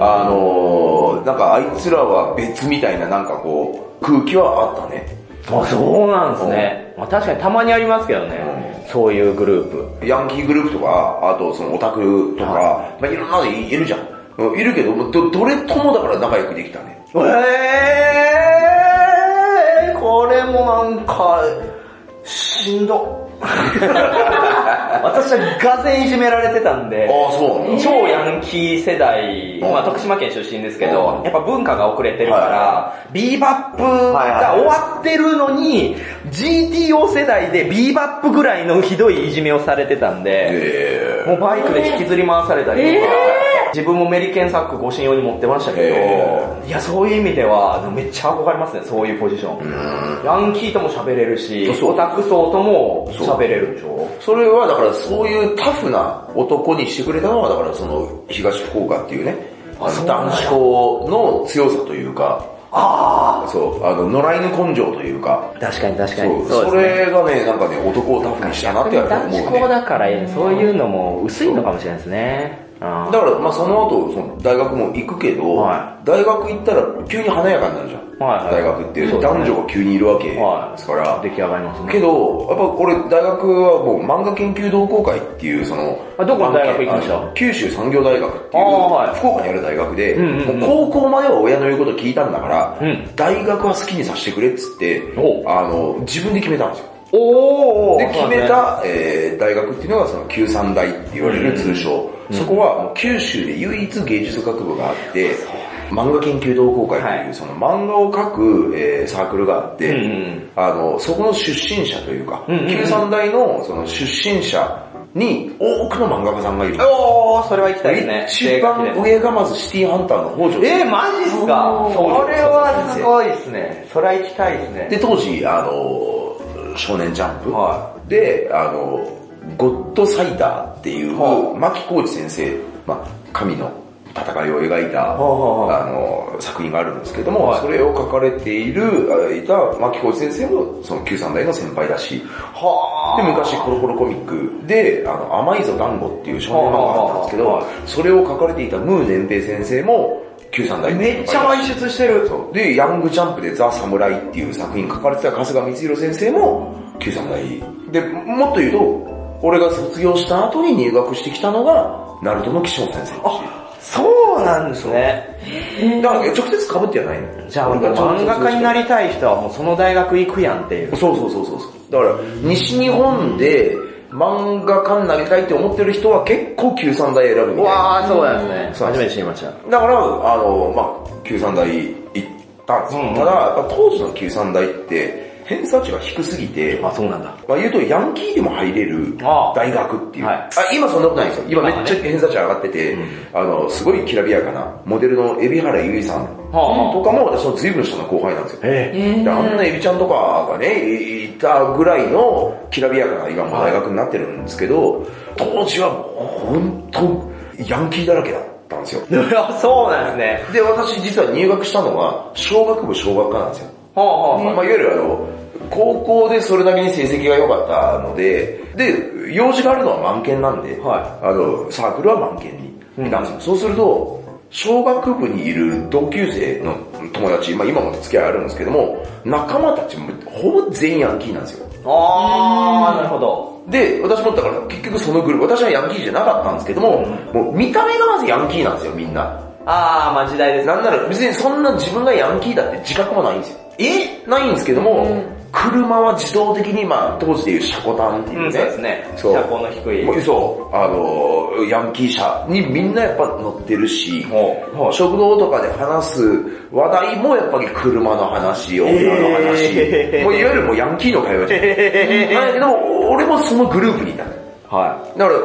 あのー、なんかあいつらは別みたいななんかこう、空気はあったね。あ、そうなんですね。まあ確かにたまにありますけどね。そういうグループ。ヤンキーグループとか、あとそのオタクとか、まあいろんなのいいるじゃん。うんいるけど、ど、どれともだから仲良くできたね。えー、これもなんか、しん [laughs] ど。私はがぜんいじめられてたんで、ああ、そうなんだ。超ヤンキー世代、まあ徳島県出身ですけうどん、やっぱ文化が遅れてるかはら、ビーバップが終わってるのに、GTO 世代でビーバップぐらいのひどいいじめをされてたんで、えもうバイクで引きずり回されたりとか、自分もメリケンサック護身用に持ってましたけへど、いや、そういう意味では、めっちゃ憧れますね、そういうポジション。ヤンキーとも喋れるし、そうオタク層とも喋れるでしょ。それはだからそういうタフな男にしてくれたのはだからその東福岡っていうね、あの男子校の強さというか、ああそう、あの、野良犬根性というか、確かに確そう、それがね、なんかね、男をタフにしたなってやっぱ男思う子ね校。だから、そういうのも薄いのかもしれないですね。あだから、まあその後、その大学も行くけど、は大学行ったら急に華やかになるじゃん。はいはい大学ってそうですね男女が急にいるわけではいすから、ー出来上がりますね。けど、やっぱ俺、大学はもう漫画研究同好会っていう、その、あどこの大学行きましたあの九州産業大学ってあいう、あはい福岡にある大学で、うんうんうんもう高校までは親の言うこと聞いたんだから、うん大学は好きにさせてくれっつってお、あの、自分で決めたんですよ。おで、決めた、えー大学っていうのがその九三大って言われる通称。そこはもう九州で唯一芸術学部があって、漫画研究同好会という、はいその漫画を描く、えーサークルがあっうて、んうんあの、そこの出身者というか、うんうんうん九三大のその出身者に多くの漫画家さんがいる。おー、それは行きたいですね。一番上がまずシティハンターの北条えー、マジっすかそれはすごいですね。それは行きたいですね。で、当時、あの、少年ジャンプ、はで、あの、ゴッドサイダーっていう、は牧浩二先生、まあ、神の戦いを描いた、はあはあの、作品があるんですけども、はいそれを書かれている、あいた牧浩二先生も、その九三大の先輩だし、はで、昔コロコロコミックで、あの、甘いぞ団子っていう少年漫画があったんですけはあはあど、それを書かれていたムー年平先生も、九三大の先輩めっちゃだし排出してる。そうで、ヤングジャンプでザ・サムライっていう作品書かれてた春日光弘先生も、旧三大。で、もっと言うと、俺が卒業した後に入学してきたのが、ナルトの岸本先生だそうなんですね。し。だから直接被ってはないの。じゃあ、俺が漫画家になり。りたい人はもうその大学行くやんっていう。そうそうそうそうそう。だから、西日本で漫画家になりたいって思ってる人は結構旧三大選ぶみたいな。ー、そうなんですそう初めて知りました。だから、あの、まあ、九三大行ったんですよ。うんうんただ、やっぱ当時の九三大って、偏差値が低すぎて、あ、そうなんだ。まあ、言うとヤンキーでも入れるああ大学っていう。はあい今そんなことないんですよ。今めっちゃ偏差値上がってて、あの、すごいきらびやかな、モデルの海老原ゆいさんはあとかも私の随分下の後輩なんですよ。ええであんなエビちゃんとかがね、いいたぐらいのきらびやかな今も大学になってるんですけど、当時は本当ヤンキーだらけだったんですよ。いや [laughs] そうなんですね。で、私実は入学したのは、小学部小学科なんですよ。はあはあまあ、いわゆるあの、高校でそれなりに成績が良かったので、で、用事があるのは満研なんで、はあの、サークルは満研に。なんですよそうすると、小学部にいる同級生の友達、まあ今も付き合いあるんですけども、仲間たちもほぼ全員ヤンキーなんですよ。あー、なるほど。で、私もだから結局そのグループ、私はヤンキーじゃなかったんですけども、もう見た目がまずヤンキーなんですよ、みんな。あー、まあ時代です。なんなら別にそんな自分がヤンキーだって自覚もないんですよ。えないんですけども、車は自動的に、まあ当時でいう車庫端っていうね。うんそうですねそう車高の低い [laughs] もうそう。あのー、ヤンキー車にみんなやっぱ乗ってるし、ほう食堂とかで話す話題もやっぱり車の話、女の話、えーもういわゆるもうヤンキーの会話じゃん。だけど、俺もそのグループにいたのよはだから、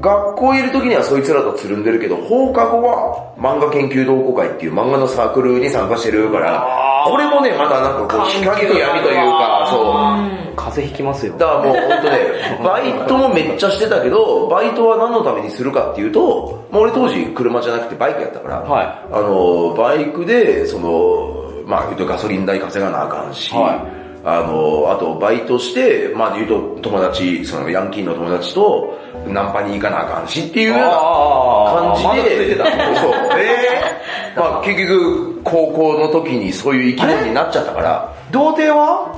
学校いる時にはそいつらとつるんでるけど、放課後は漫画研究同好会っていう漫画のサークルに参加してるから、これもね、まだなんかこう、光と闇というか、そう。い。風邪ひきますよ。だからもう本当ね、バイトもめっちゃしてたけど、バイトは何のためにするかっていうと、もう俺当時車じゃなくてバイクやったから、はいあの、バイクで、その、まあ言うとガソリン代稼がなあかんし、はあの、あとバイトして、まあ言うと友達、そのヤンキーの友達とナンパに行かなあかんしっていうようなあ感ーじまだ続いで、てた。そう、えーまあ結局高校の時にそういう生き物になっちゃったから、童貞は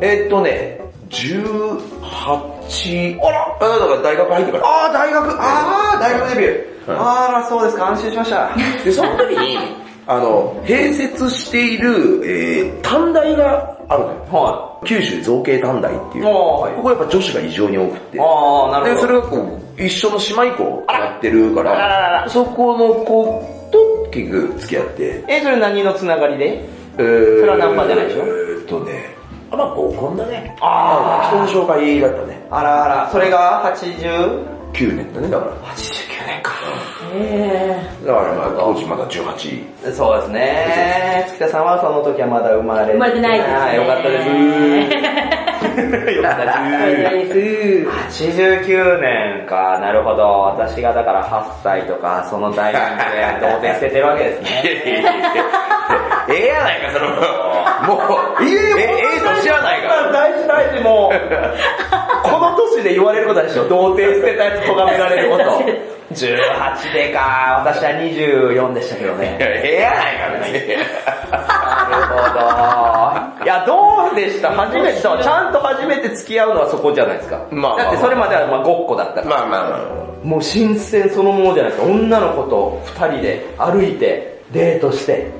えーっとね、18、あらだから大学入ってから。あー、大学、あー、大学デビュー。はいあら、そうですか、安心しました。で、その時 [laughs] に、あの、併設している、えー、短大があるのよ。は九州造形短大っていう。おーここやっぱ女子が異常に多くてい。。あー、なるで、ほそど。れがこう、一緒の姉妹校やってるから、あららららそこの子と結局付き合って、え、それ何のつながりでえーそれはナンパじゃないでしょえーっとね、あまあ合コンだね。ああ、人の紹介だったね。あらあら、それが 80?89 9年だね、だから。年か。えだからまあ当時まだ18。そうですね。月田さんはその時はまだ生まれ生まれてないですねあーよかったです。よかったです。89年か、なるほど。私がだから8歳とか、その大学で同点捨ててるわけですね。ええやないか、その、もう、ええええ年やないか。大事大事もう、この年で言われることでしょ。童貞捨てたやつ咎められること。18でか、私は24でしたけどね。ええやない [laughs] なるほど。いや、どうでした初めて、そうちゃんと初めて付き合うのはそこじゃないですか。まあまあだってそれまではまあごっこだったから。まあまあまもう新鮮そのものじゃないですか。女の子と二人で歩いて、デートして。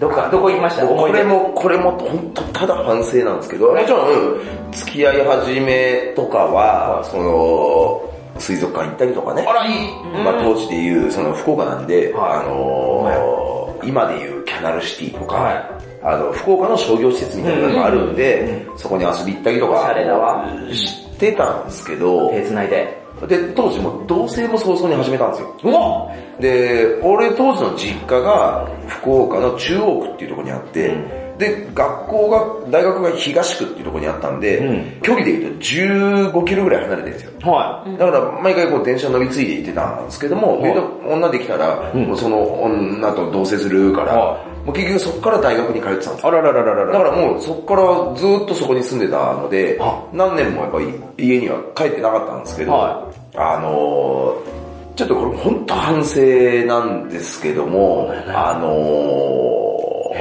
どっか、どこ行きましたあ。も思うこい出れ。も、これも本当ただ反省なんですけど、もちろん、付き合い始めとかは、その、水族館行ったりとかね。あら、いい。まあ当時でいう、その福岡なんで、はいあのー今でいうキャナルシティとか、はいあの、福岡の商業施設みたいなのがあるんで、そこに遊び行ったりとおしかゃれだわ、知ってたんですけど、手繋いで。で、当時もう同棲も早々に始めたんですよ。うわで、俺当時の実家が福岡の中央区っていうところにあって、で、学校が、大学が東区っていうところにあったんで、うん距離で言うと15キロぐらい離れてるんですよ。はだから毎回こう電車乗り継いで行ってたんですけども、はいで女できたら、もうその女と同棲するから、はもう結局そこから大学に通ってたんですい。あよ。らららららだら。からもうそこからずっとそこに住んでたのであ、何年もやっぱり家には帰ってなかったんですけど、はあのー、ちょっとこれ本当反省なんですけども、あの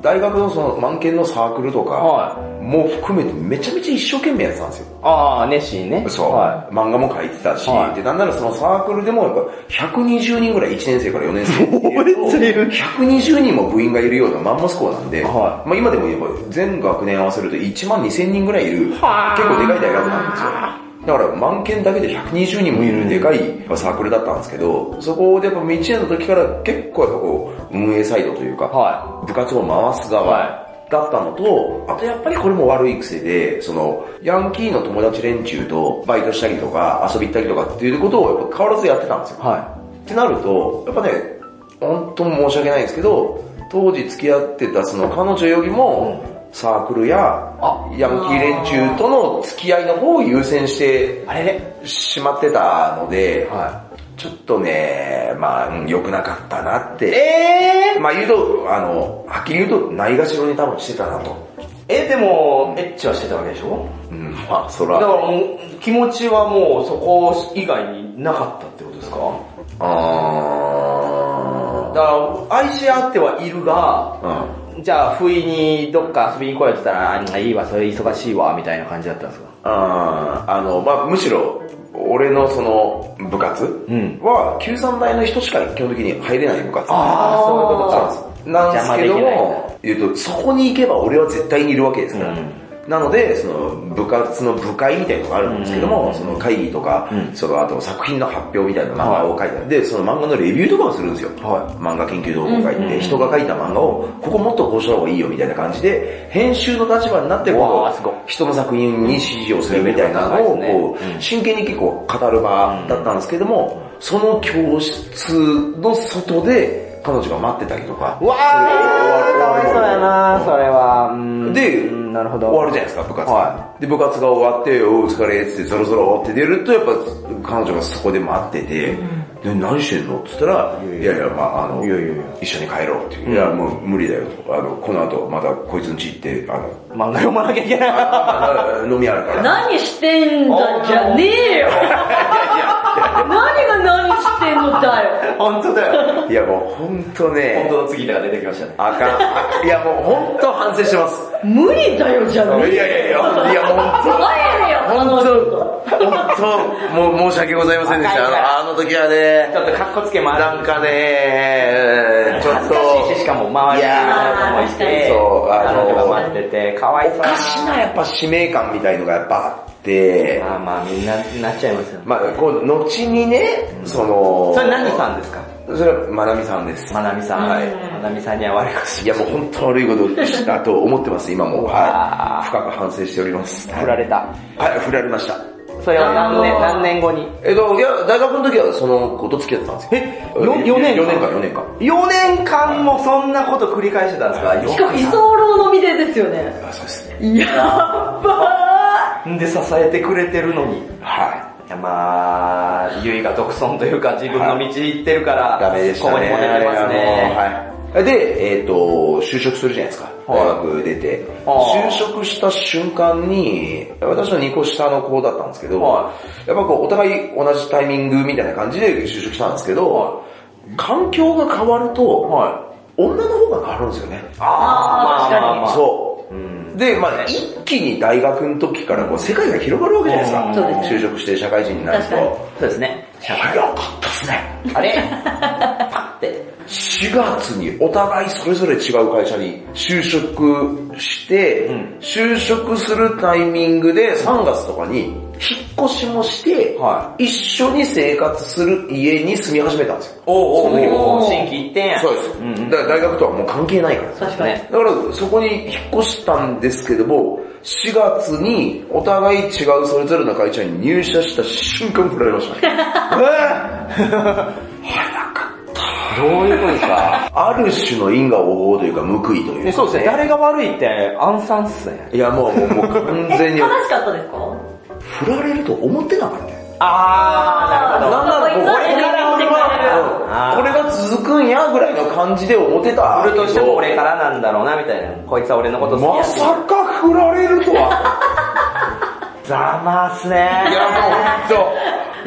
ー、大学のその満研のサークルとか、はも含めてめちゃめちゃ一生懸命やってたんですよ。ああ、熱心にね。そう、は漫画も書いてたし、はいで、なんならそのサークルでもやっぱ120人ぐらい1年 [laughs] 生から4年生っていうと。めっちゃいる120人も部員がいるようなマンモス校なんで、はまあ今でも言えば全学年合わせると1万2000人ぐらいいる、結はあ構でかい大学なんですよ。だから、満研だけで120人もいるでかいサークルだったんですけど、そこでやっぱ道年の時から結構やっぱこう、運営サイドというか、は部活を回す側はだったのと、あとやっぱりこれも悪い癖で、その、ヤンキーの友達連中とバイトしたりとか遊び行ったりとかっていうことをやっぱ変わらずやってたんですよ。はってなると、やっぱね、本当に申し訳ないんですけど、当時付き合ってたその彼女よりも、サークルやあヤンキー連中との付き合いの方を優先してい。あれれしまってたので、はちょっとね、まあ、うん良くなかったなって。い。えーまあ言うと、あの、はっきり言うと、ないがしろに多分してたなと。え、でも、エッチはしてたわけでしょうん、まあそだからら、もう、気持ちはもうそこ以外になかったってことですかだあから、愛し合ってはいるが、ー、じゃあ、不意にどっか遊びに来ようって言ったら、あいいわ、それ忙しいわ、みたいな感じだったんですかあーあの、まあ、むしろ、俺のその部活んは、93大の人しか基本的に入れない部活。ああ、そういうことか。そうなんですなんですけども、言うと、そこに行けば俺は絶対にいるわけですから。うんなので、その部活の部会みたいなのがあるんですけども、その会議とか、うんそのあと作品の発表みたいな漫画を書いて、で、その漫画のレビューとかをするんですよ。は漫画研究同好会って、人が書いた漫画を、ここもっとこうした方がいいよみたいな感じで、編集の立場になって、うこ、わーすごいう人の作品に指示をするみたいなのを、レベルが高いこですねうう、ん真剣に結構語る場だったんですけども、その教室の外で彼女が待ってたりとか、わー、かわいそうやなそれは。うんでうんなるほど。終わるじゃないですか、部活が。はで、部活が終わって、おうお疲れっつって、そろそろ終わって出ると、やっぱ、彼女がそこで待ってて、で、何してんのっつったら、いやいや、まああの、いやいやいや一緒に帰ろうっていう。いや、もう無理だよと。あの、この後、またこいつん家行って、あの、漫画読まなきゃいけない。 [laughs] あ飲みあるから。何してんだじゃねえ [laughs] よ何が何してんのだよ本当だよ。いや、もう本当ね、の次だが出てきましたね。あかん。いや、もう本当反省してます。無理だよじゃいやねえいやいや、いや、本当帰れよ本当、本当、もう申し訳ございませんでした。若いからあの、あの時はね、ちょっとカッコつけもあるなんかね、ちょっ恥ずかしいし、しと、かも周りに女の子もいいやて、ーそうあ彼の女が待ってて、かわいそうおやなかしなやっぱ使命感みたいのがやっぱあって、まあまあみんななっちゃいますよね。まあ、こう、後にね、その、それ何さんですかそれは、まなみさんです。まなみさん。はいまなみさんには悪いことしいや、もう本当悪いことしたと思ってます、今も。わはい。深く反省しております。振られた。はい、振られました。それは何年、何年後にえっと、いや、大学の時はその子と付き合ってたんですよ。えよ四年間 ?4 年間、4年間。 ?4 年間もそんなこと繰り返してたんですしかも居候の身でですよねあそうですね。やっばかで支えてくれてるのに。はい。いやまあ、ゆいが独尊というか自分の道行ってるから、ダメでしたね。ここにも出てますね。あのはい。で、えっ、と、就職するじゃないですか。はい大学出て。はい就職した瞬間に、私の2個下の子だったんですけど、はやっぱこう、お互い同じタイミングみたいな感じで就職したんですけど、環境が変わると、は女の方が変わるんですよね。ああーーまあまあまあ。そう。うんで、まあ一気に大学の時からこう世界が広がるわけじゃないですか。うんそうですね就職して社会人になると確かに。そうですね。早かったっすね。あ [laughs] れパッて。 4月にお互いそれぞれ違う会社に就職して、うん就職するタイミングで3月とかに引っ越しもして、は一緒に生活する家に住み始めたんですよ。おうおうそのお時うも新規一点や。そうです、んんだから大学とはもう関係ないから。確かにねだからそこに引っ越したんですけども、4月にお互い違うそれぞれの会社に入社した瞬間振られ [laughs] ましたね。どういうことですかある種の因果応報というか報いというか、そうですね。誰が悪いって、暗算っすね。いやもう、もうもう完全悲にしかったですか振られると思ってなかったよ。あー、なるほど。なんならこう、これから俺は、あーこれが続くんやぐらいの感じで思ってた。俺としてもこれからなんだろうな、みたいな。こいつは俺のこと好きまやし。さか振られるとは。ざまーっすね。いやもう、そう。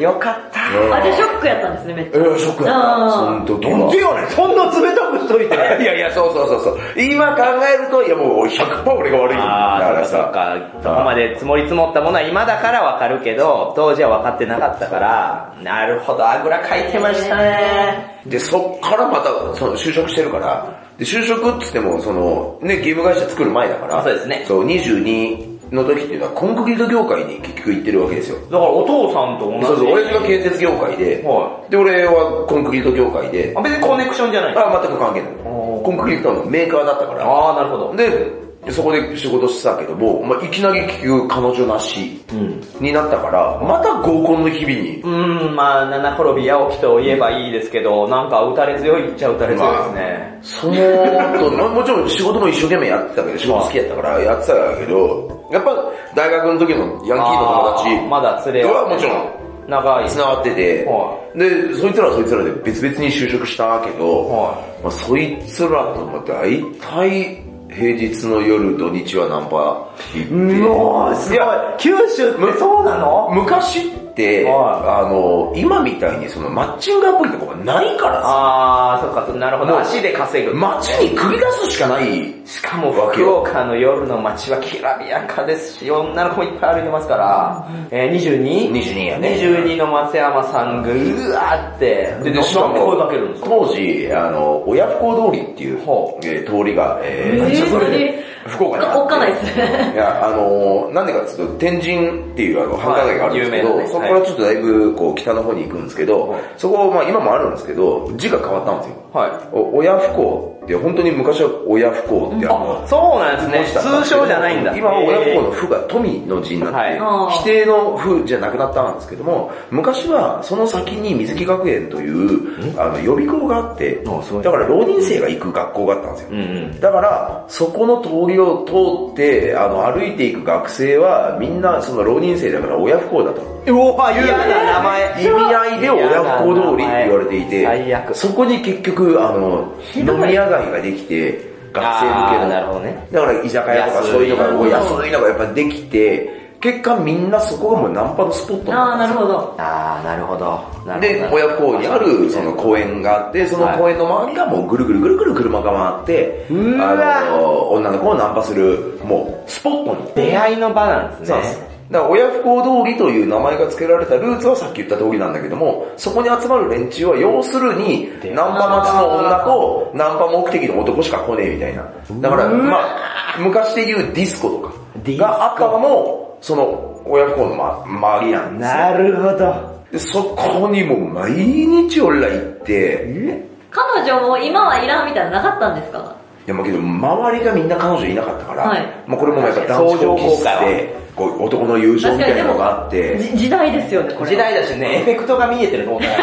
よかった。あ、じゃあショックやったんですね、めっちゃ。いや、ショックやった。あー本当どんでよねん。そんな冷たくしといい。やいや、そうそうそうそう。今考えると、いやもう100%俺が悪いんだあからー、そっさ。かそっか。そこまで積もり積もったものは今だからわかるけど、当時は分かってなかったから、なるほど、あぐらかいてましたね。で、そっからまた、その、就職してるから、で、就職っつっても、その、ね、ゲーム会社作る前だから、そうですねそう、22の時っていうのは、コンクリート業界に結局行ってるわけですよ。だからお父さんと同じ。そうそう、親父が建設業界で、はで、俺はコンクリート業界で、あ別にコネクションじゃない。あ、全く関係ない。おーコンクリートのメーカーだったから。あー、なるほど。で、そこで仕事してたけども、まあ、いきなり結局彼女なしうん。になったから、また合コンの日々にう、ーん、まあ、七転び八起きと言えばいいですけど、なんか打たれ強いっちゃ打たれ強いですね。その [laughs] 後、まあもちろん仕事も一生懸命やってたけど、仕事好きやったからやってたけど、やっぱ大学の時のヤンキーの友あ達ー、まだ連れとははもちろん長い。繋がってて、はで、そいつらはそいつらで別々に就職したけど、はまあ、そいつらとも大体平日の夜土日はナンパ行って、うわーすごい。九州ってそうなの昔っって、はあの、今みたいにそのマッチングアプリとかがないからさ、あー、そっか、そなるほど。足で稼ぐ。街に繰り出すしかない。しかも福岡の夜の街はきらびやかですし、女の子もいっぱい歩いてますから、えー、22? 22やね22の松山さんが、うわーって、で、で、しかも声かけるんですか当時、あの、親不孝通りっていう、えー通りが、ええーそれそれ福岡にあっておっかないっすねいや、あのー、なんでかっていうと、天神っていうあの繁華街があるんですけど、はい有名なねそこからちょっとだいぶこう北の方に行くんですけど、そこ、まあ今もあるんですけど、字が変わったんですよ。はい。お親不孝って、本当に昔は親不孝ってあの、あ、そうなんですね。通称じゃないんだ。今は親不孝のえ不が富の字になって、はい否定の不じゃなくなったんですけども、昔はその先に水木学園というあの予備校があって、だあすごいから浪人生が行く学校があったんですよ。ーうんだから、そこの通りを通って、あの、歩いていく学生は、みんな、その浪人生だから親不孝だと。うん。うおあ、言うな、名前。意味合いで親不孝通りって言われていて、最悪そこに結局、あの、飲どいみ屋街ができて、学生向けあーの。なるほどね。だから居酒屋とか安いそういうのが、お安いのがやっぱできて、結果みんなそこがもうナンパのスポットにああ、ななっるほど。あー、なるほど。なた。るほどで、親不孝にあるその公園があって、その公園の周りがもうぐるぐるぐるぐる車が回って、うわあの、女の子をナンパする、もうスポットに。出会いの場なんですそうね。です。だから親不孝通りという名前が付けられたルーツはさっき言った通りなんだけども、そこに集まる連中は要するに、ナンパ待ちの女とナンパ目的の男しか来ねえみたいな。だから、まあ、昔で言うディスコとかディスコがあったのも、その親不孝の、ま、周りなんですよなるほど。で。そこにもう毎日俺ら行って、彼女も今はいらんみたいなのなかったんですかいやまあけど周りがみんな彼女いなかったから、はいまあこれもやっぱ男女気質相乗効果で、こう男の友情みたいなのがあって、じ時代ですよね、これ。時代だしね、エフェクトが見えてると思ったら、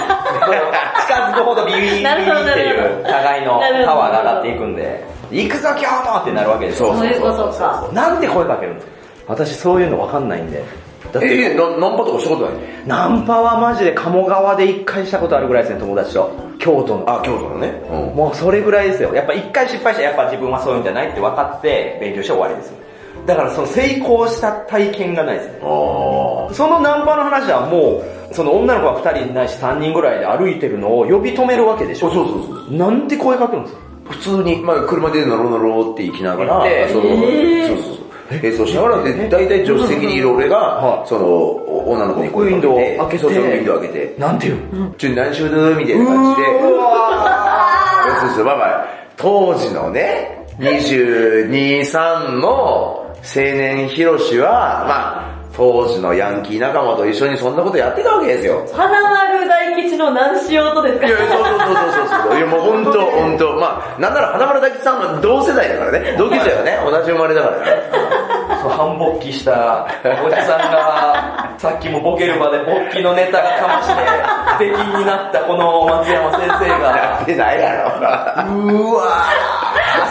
近づくほどビビビビってなるほどなるいほう、ど互いのパワーが上がっていくんで、行くぞ今日もってなるわけですよそうそういうことか。なんで声かけるんですか私そういうのわかんないんで。だって、ええなナンパとかしたことないナンパはマジで鴨川で一回したことあるぐらいですね、友達と。京都の。あ、京都のね。うん。もうそれぐらいですよ。やっぱ一回失敗したらやっぱ自分はそういうんじゃないって分かって勉強して終わりですよ。だからその成功した体験がないですね。あそのナンパの話はもう、その女の子が2人ないし3人ぐらいで歩いてるのを呼び止めるわけでしそうょ。そうそう。なんて声かけるんですか普通に、まあ車でノロノロって行きながら、行ってそうえーそうそうそう。並走しながら、で、大体助手席にいる俺がは、いその、お女の子にウィンドウ開けて。そうそう、ウィンドウ開けて、なんて言うのちょ、何しようだみたいな感じで、うわそうそうそう、まあまあ、当時のね、22、3の青年ヒロシは、まあ、当時のヤンキー仲間と一緒にそんなことやってたわけですよ。花丸大吉の何しようとですかいや、そうそうそうそうそう。いや、もう本当本当まあ、なんなら花丸大吉さんは同世代だからね。同級生はね、同じ生まれだからね。そう、半勃起したおじさんが、さっきもボケる場で勃起のネタがかまして、出禁になったこの松山先生が、やってないやろ。うわー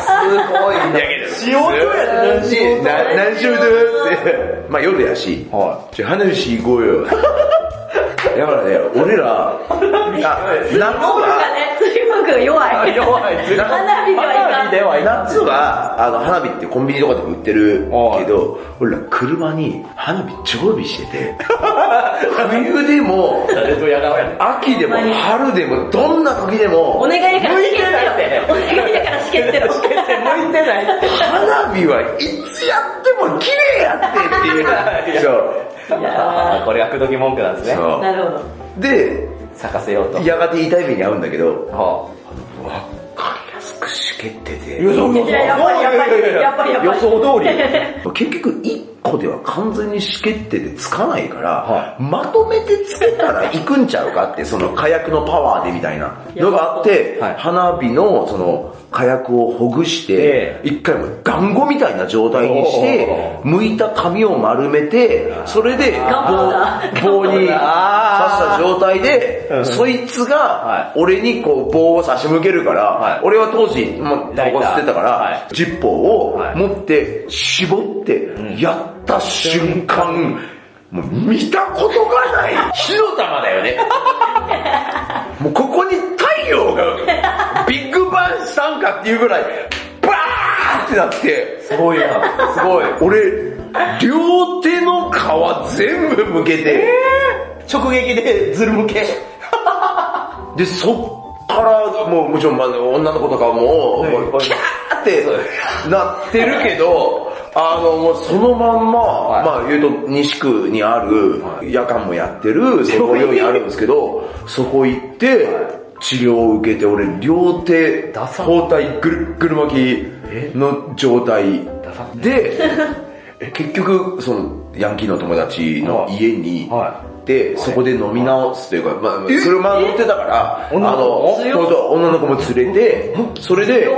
すごいな。仕事やで、何しよ何しようって。まあ、夜やし。はちょ、花し行こうよ。だからね、俺ら、あ、夏ボールがは、ね、釣り具が弱い。弱い花火がいかん花火ではいかん夏は、あの、花火ってコンビニとかでも売ってるけど、俺ら車に花火常備して [laughs] て、冬でも、誰とやらやね秋でも春でもどんな時でもお願いだからしけって向いてないってろ。お願いだからしけってろ。向いてないって。花火はいつやっても綺麗やってっていうそういやーこれが口説き文句なんですね。そなるほど。うで咲かせようと。やがて痛い目に遭うんだけどは安くしけってていやそうそういや、やっぱりやっぱり、やっぱりやっぱり。予想通り。結局一個では完全にしけっててつかないから、はまとめてつけたらいくんちゃうかって、その火薬のパワーでみたいなのがあって、はい花火のその火薬をほぐしてえ、一回もう団子みたいな状態にして、お剥いた紙を丸めて、それで頑張った棒棒に刺しあたー状態でう、んそいつはが俺にこう棒を差し向けるから、はい俺は当時、もうタバコ吸ってたから、はいジッポーをはい持って、絞って、やった瞬間、もう見たことがない火の玉だよね。もうここに太陽が、 [laughs] ビッグバンしたんかっていうぐらい、バーってなって、すごいな。すごい。俺、両手の皮全部向けて、直撃でズル向け。で、そっから、もうもちろん、まあ、女の子とかも、いもうキャーってなってるけど、あの、もうそのまんま、いまあ言うと、西区にある、夜間もやってる、総合病院あるんですけど、そこ行って、治療を受けて、俺、両手、包帯ぐるっぐる巻きの状態で、 [laughs] 結局、その、ヤンキーの友達の家に、はで、そこで飲み直すというか、まあ、まあそれまあ乗ってたから、あ女の子の、そう強っそう、女の子も連れて、それで、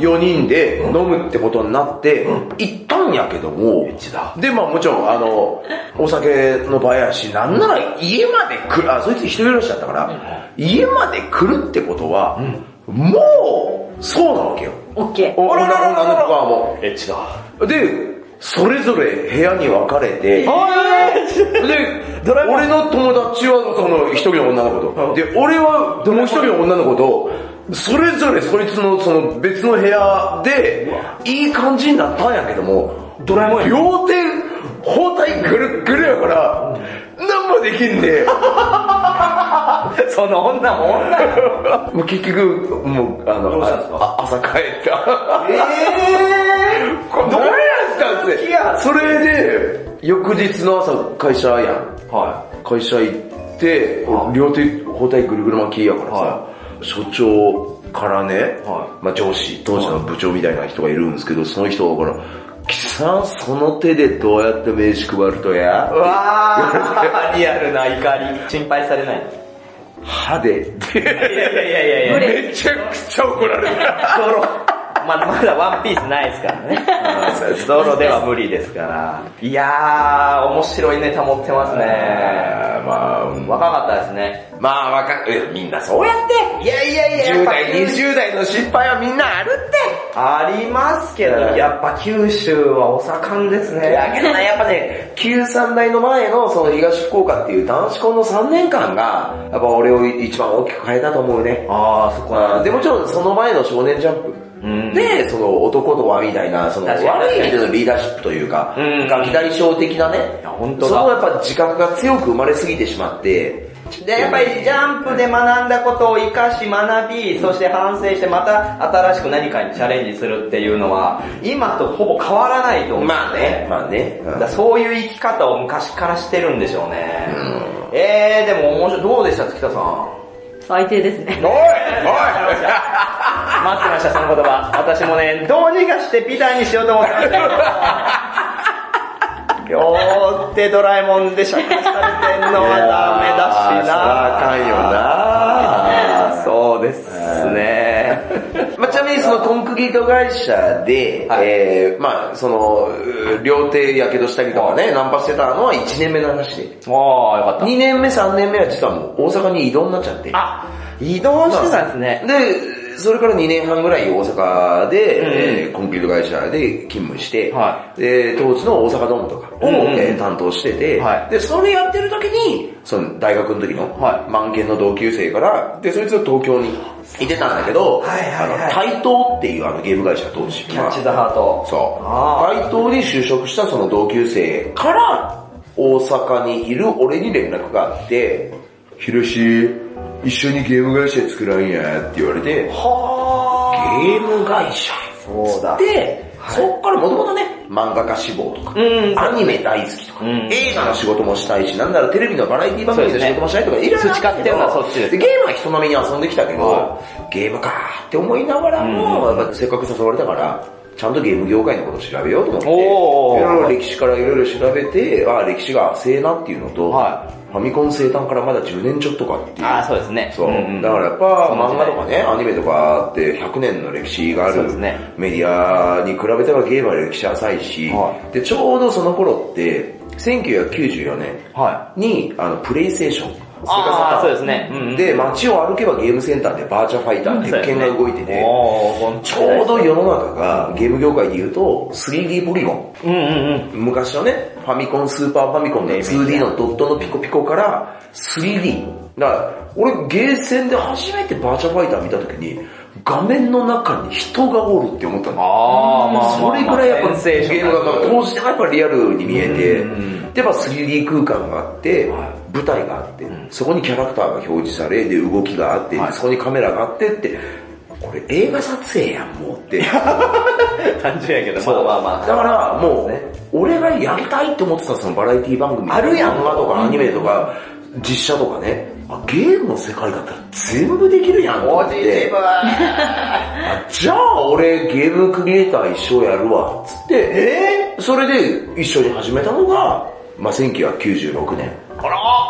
4人で飲むってことになって、行ったんやけどもちだ、で、まあもちろん、あの、お酒の場やし、なんなら家まで来る、あ、そいつ一人暮らしだったから、家まで来るってことは、もう、そうなわけよ。オッケー。おあらららららの子はもエッチだ。う。で、それぞれ部屋に分かれて、で、俺の友達はその一人の女の子と、で、俺はもう一人の女の子と、それぞれそいつのその別の部屋で、いい感じになったんやけども、ドラえもんや両手、包帯ぐるっぐるやから、なんもできんで、その女も女やもう結局、もう、あどの、うしたんですかあ朝帰った。えぇどうやったんいやそれで、翌日の朝会社やん。ーは会社行って、俺両手包帯ぐるぐる巻きやからさ、は所長からね、はまあ上司、当時の部長みたいな人がいるんですけど、その人がから、貴さんその手でどうやって名刺配るとやい。うわー、リアルな怒り。心配されない。歯で。いやいやいやいやいや。めちゃくちゃ怒られた。ドロ。まあ、まだワンピースないですから [laughs] ね。ドロでは無理ですから。いやー、面白いネタ持ってますね。まあ、若かったですね。まあわかえみんなそうやって。いやいや10代、20代の失敗はみんなあるって。ありますけど、やっぱ九州はお盛んですいやね。けどね、やっぱね、93大の前のその東福岡っていう男子校の3年間が、やっぱ俺を一番大きく変えたと思うね。あー、そこまはあで、もちろんその前の少年ジャンプ。うんで、その男とはみたいな、その確かに悪い意味でのリーダーシップというか、うんが大将的なねいや、本当だそのやっぱ自覚が強く生まれすぎてしまって、で、やっぱりジャンプで学んだことを活かし学び、そして反省してまた新しく何かにチャレンジするっていうのは、今とほぼ変わらないと思うんですよまあね、まあね。うんだからそういう生き方を昔からしてるんでしょうね。えー、でも面白い。どうでした月田さん。最低ですね。 [laughs] おいおい待ってました、その言 [laughs] 葉。私もね、どうにかしてビターにしようと思 [laughs] ったんだけど。両手ドラえもんで釈迦されてんのはダメだしな。あーそそうですね。まあ、ちなみにそのコンクリート会社で、はいえー、まあその、う両手やけどしたりとかね、ナンパしてたのは1年目の話で。おー、よかった。 2年目、3年目は実はもう大阪に移動になっちゃって。あ、移動してたんですね。で、それから2年半ぐらい大阪で、うんえーコンクリート会社で勤務して、はで、当時の大阪ドームとかを、うんうんうんえー担当してて、はいで、それやってる時に、その大学の時の、は満研の同級生から、で、そいつは東京にいてたんだけど、はいはいはいあの、台東っていうあのゲーム会社当時。キャッチザハート。そうあ。台東に就職したその同級生から、大阪にいる俺に連絡があって、ひろし、一緒にゲーム会社作らんやって言われて、はゲーム会社そうだ。で、そっからもともとね、漫画家志望とか、うんアニメ大好きとか、うん映画の仕事もしたいし、なんならテレビのバラエティ番組の仕事もしたいとか、いろいろあたけど培ってるのはそっちですでゲームは人並みに遊んできたけどは、ゲームかーって思いながらも、やっぱせっかく誘われたから、ちゃんとゲーム業界のことを調べようと思って、いおーろいろ歴史からいろいろ調べて、ああ、歴史が浅えなっていうのと、はファミコン生誕からまだ10年ちょっとかっていう。あー、そうですね。そう。んんだからやっぱ漫画とかね、アニメとかって100年の歴史があそうでるすねメディアに比べたらゲームは歴史浅いし、はで、ちょうどその頃って、1994年はに、あの、プレイステーション。あーセガサターンそうですねうんうんで、街を歩けばゲームセンターでバーチャファイターっていう剣が動いてね、おー、ほんとちょうど世の中がゲーム業界で言うと 3D ポリゴン。うんうんうん。昔のね、ファミコン、スーパーファミコンの 2D のドットのピコピコから 3D。だから、俺ゲーセンで初めてバーチャファイター見た時に、画面の中に人がおるって思ったの。あー、まあまあまそあ。れぐらいやっぱゲセンセーショナームルが、まあ当時でもやっぱリアルに見えてうん、で、やっぱ 3D 空間があっては、舞台があって、そこにキャラクターが表示され、で、動きがあって、そこにカメラがあってって、これ映画撮影やん、もうって。単純やけど、まあまあまあ。だからもう、俺がやりたいって思ってたそのバラエティ番組あるやん漫画とかアニメとか、実写とかね、あ、ゲームの世界だったら全部できるやんと思ポっジティてブ、あじゃあ俺ゲームクリエイター一生やるわ、つって、えそれで一緒に始めたのが、まあ、1996年、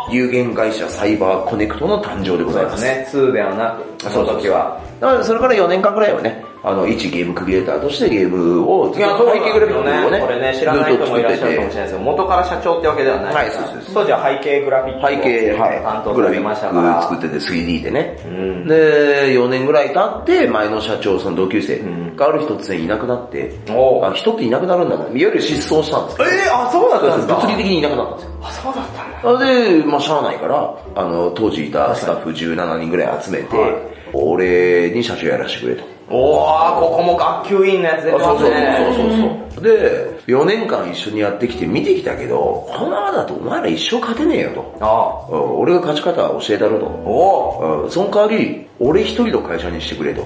有限会社サイバーコネクトの誕生でございます。ね、2ではなく、その時は。だからそれから4年間くらいはね、あの、一ゲームクリエイターとしてゲームを、いや、そうなんですよね。これね、知らない人もいらっしゃるかもしれないですけど、元から社長ってわけではない。はいそうですそうです当時は背景グラフィックを背景、はい、担当されてましたから。グラフィック作ってて 3D でね、うんで、4年ぐらい経って、前の社長、その同級生がある日突然いなくなって、おうあ人っていなくなるんだな、いわゆる失踪したんですけどえーあ、そうだったんですか物理的にいなくなったんですよ。あ、そうだったんだ。で、まあ、しゃあないから、あの、当時いたスタッフ17人ぐらい集めて、はい俺に社長やらせてくれと。おー、ここも学級委員のやつ出てあそまうすそうね。そうそうそう。で、4年間一緒にやってきて見てきたけど、このままだとお前ら一生勝てねえよと。あうん俺が勝ち方は教えたろおおと。うんその代わり、俺一人の会社にしてくれと。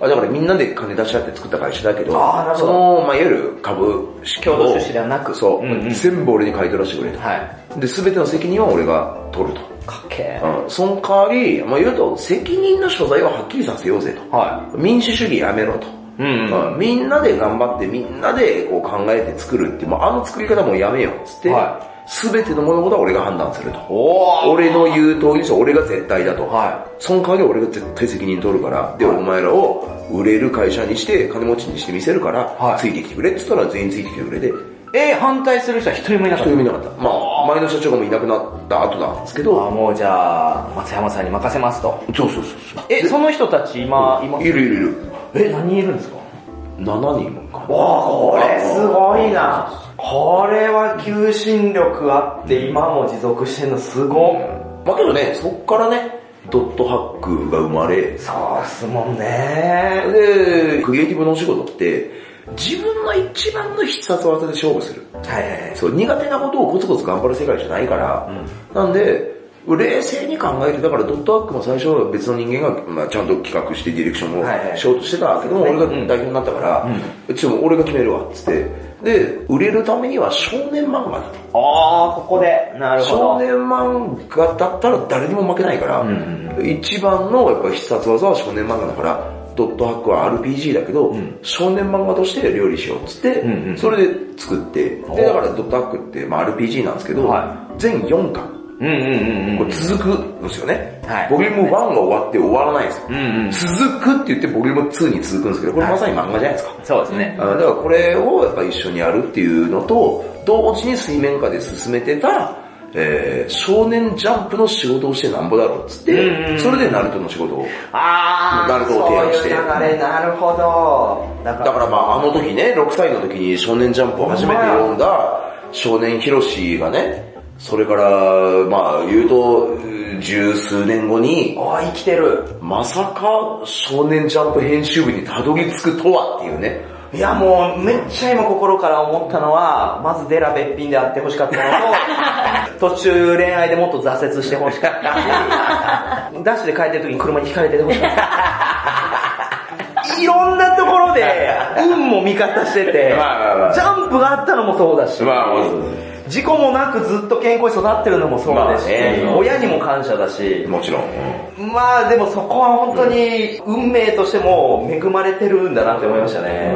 あだからみんなで金出し合って作った会社だけど、あーなるほそどの、まあ、いわゆる株式を共同出資ではなくそう、うんうん全部俺に買い取らせてくれと。はい。で、すべての責任は俺が取ると。かっけー。うん、その代わり、まあ、言うと、責任の所在ははっきりさせようぜと。は民主主義やめろと。うんうんまあみんなで頑張って、みんなでこう考えて作るって、もうあの作り方もうやめようっつって、はすべての物事は俺が判断すると。おー。俺の言う通りさ、俺が絶対だと。はその代わり俺が絶対責任取るから、で、お前らを売れる会社にして、金持ちにしてみせるから、はいついてきてくれっつったら全員ついてきてくれて、えー、反対する人は一人もいなか一った人。見なかった。まあ、前の社長がもういなくなった後なんですけあど、もうじゃあ、松山さんに任せますと。そうそうそうそう。え、その人たち今、今い、るいるいる。え、何いるんですか7人もかな。これすごいな。これは求心力あって今も持続してんのすごっ。まあけどね、そっからね、ドットハックが生まれ、そうっすもんね。で、クリエイティブのお仕事って、自分の一番の必殺技で勝負する。はいはいはい。そう、苦手なことをコツコツ頑張る世界じゃないから、なんで、冷静に考えて、だからドットハックも最初は別の人間が、まあ、ちゃんと企画してディレクションはいはをいしようとしてたけども、俺が代表になったから、うちも俺が決めるわ、つって。で、売れるためには少年漫画だと。あー、ここで。なるほ少ど。年漫画だったら誰にも負けないから、一番のやっぱ必殺技は少年漫画だから、ドットハックは RPG だけど、少年漫画として料理しようっつって、んうんそれで作って、で、だからドットハックって、まあ、RPG なんですけど、は全4巻。うんうんうんうこん。れ続くんですよね。はいボリューム1が終わって終わらないんですよ。うんうん続くって言ってボリューム2に続くんですけど、これまさに漫画じゃないですか。そうですね。あだからこれをやっぱ一緒にやるっていうのと、同時に水面下で進めてた、えー、少年ジャンプの仕事をしてなんぼだろうっつっうんうんうて、んそれでナルトの仕事を。あなるー、ほどそう提案していう流れ、なるほど。だだからまああの時ね、6歳の時に少年ジャンプを初めて読んだ少年ヒロシがね、それからまあ言うと、十数年後に、おー、生きてる。まさか少年ジャンプ編集部にたどり着くとはっていうね。いやもうめっちゃ今心から思ったのは、まずデラべっぴんであってほしかったのと、途 [laughs] 中恋愛でもっと挫折してほしかったし、ダッシュで帰ってる時に車に引かれてほしか [laughs] った。いろんなところで運も味方しててまあまあまあ、ジャンプがあったのもそうだし、まあまあそう事故もなくずっと健康に育ってるのもそうだし、まあね親にも感謝だし、もちろん。まあでもそこは本当に運命としても恵まれてるんだなって思いましたね。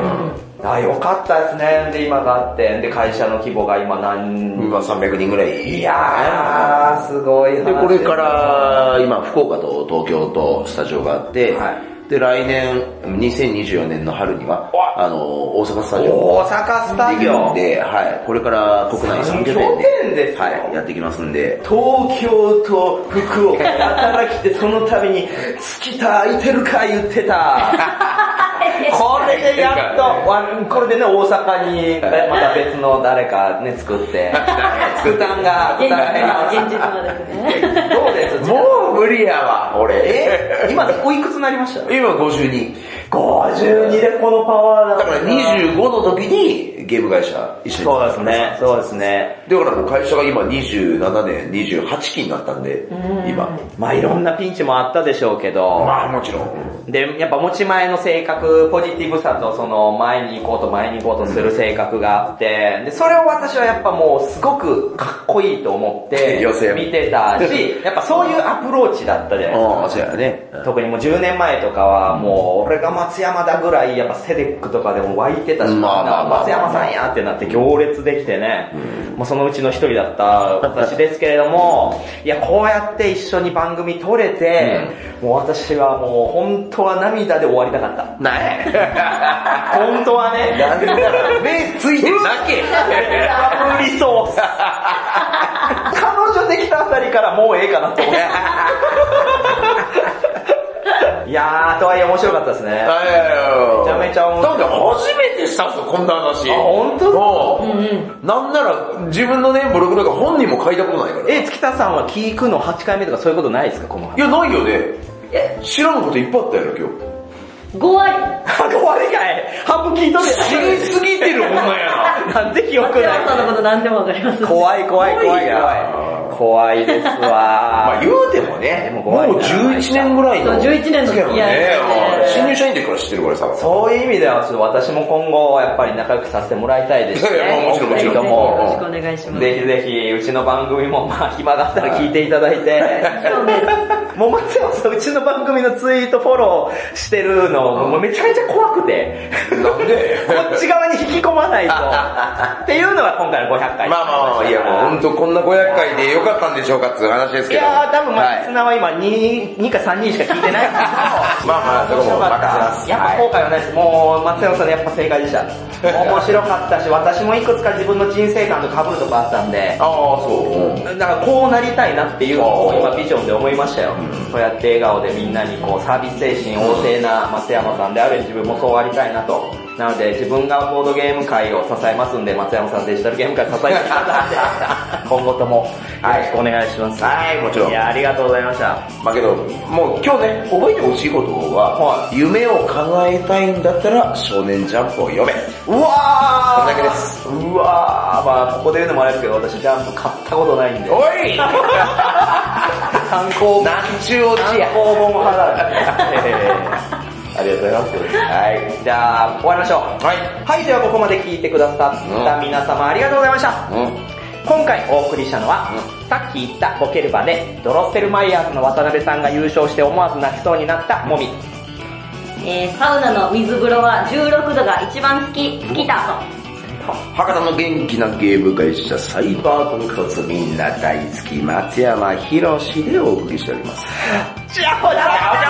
ああ、よかったですね。で、今があって、で、会社の規模が今何、今300人ぐらい。いやー、すごい話で、すこれから、今、福岡と東京とスタジオがあって、はで、来年、2024年の春には、あの、大阪スタジオも大阪スタできジるんオ、で、はい、これから国内3拠三拠点点でで、すよはい、やっていきますんで、東京と福岡で働きて、その度に、月た空いてるか言ってた。これでやっと、わこれでね、大阪に、また別の誰かね、作って、負担が、現実は、現実は [laughs] ですね。どうですもう無理やわ、俺。え今、おいくつになりました今52。 ?52 でこのパワーだから25の時にゲーム会社一緒にそうですね、そうですね。だからもう会社が今27年、28期になったんで、今。まあいろんなピンチもあったでしょうけど、まあもちろん。で、やっぱ持ち前の性格、ポジティブさとその前に行こうと前に行こうとする性格があって、で、それを私はやっぱもうすごくかっこいいと思って寄せ見てた [laughs] し、やっぱそういうアプローチだったじゃないですあかあ、。そうやね。特にもう10年前とかはもう俺が松山だぐらいやっぱセデックとかでも湧いてたし、まあまあまあ松山さんやってなって行列できてね、もうそのうちの一人だった私ですけれども、いやこうやって一緒に番組撮れて、もう私はもう本当は涙で終わりたかった。ない。本当はね、なんで目ついてるだけ。ラブリソース。彼女できたあたりからもうええかなと思って。いやー、とはいえ面白かったですね。めちゃめちゃ面白いだって初めてしたんですよ、こんな話。あ本当うんなんなら、自分のね、ブログなんか本人も書いたことないから。いえ、月田さんは聞くの8回目とかそういうことないですかこの話。や、ないよね。知らんこといっぱいあったやろ、今日。 5割。終わりかい半分聞いとる知りすぎてる女やな。やん。なんで記憶松ない山さんのこと何でもわかります。怖い怖い怖い怖い。怖いですわ。 [laughs] まあ言うてもね、ももう怖いう11年ぐらいの。そう11年の付き合いもんねいやいやいや新入社員の時から知ってるから [laughs] さ。そういう意味では、ちょっと私も今後、やっぱり仲良くさせてもらいたいですね。いやいやもちろんもちろお二人とんよろしもくお願いします。ぜひぜひ、うちの番組も、まあ、暇があったら聞いていただいて。そうです。もう待ってます、うちの番組のツイートフォローしてるの、もうめちゃめちゃ怖く [laughs] て、なんでこっち側に引き込まないと。っていうのが今回の500回。まあまあまあ、いやもう本当こんな500回でよかったんでしょうかっていう話ですいけど。やー、多分まあ、はいリスナーは今2、2か3人しか聞いてないんですけどまあま [laughs] あそこも任せますやっぱ後悔はないです。もう、松山さんのやっぱ正解 [laughs] でした。面白かったし、私もいくつか自分の人生観と被るとこあったんで、ああ、そう。だからこうなりたいなっていうのを今ビジョンで思いましたよ。こうやって笑顔でみんなにこうサービス精神旺盛な松山さんである自分もそうありたいなと。なので自分がボードゲーム界を支えますんで、松山さんデジタルゲーム界支えてくださ [laughs] い。今後ともよろしくお願いします。はいもちろんいや、ありがとうございました。まあけど、もう今日ね、覚えてほしいことはは、夢を叶えたいんだったら少年ジャンプを読め。うわーこれだけです。うわーまあここで言うのもあれですけど、私ジャンプ買ったことないんで。お [laughs] い参考何ちゅうオチ参や。考本派なんで。ありがとうございます。はい。じゃあ、終わりましょう。はい。はい、ではここまで聞いてくださった皆様ありがとうございました。うん。今回お送りしたのは、さっき言ったボケる場で、ドロッセルマイヤーズの渡辺さんが優勝して思わず泣きそうになったもみ。えー、サウナの水風呂は16度が一番好き、好きだ博多の元気なゲーム会社サイバーコンコツみんな大好き松山博でお送りしております。じゃあ、ほら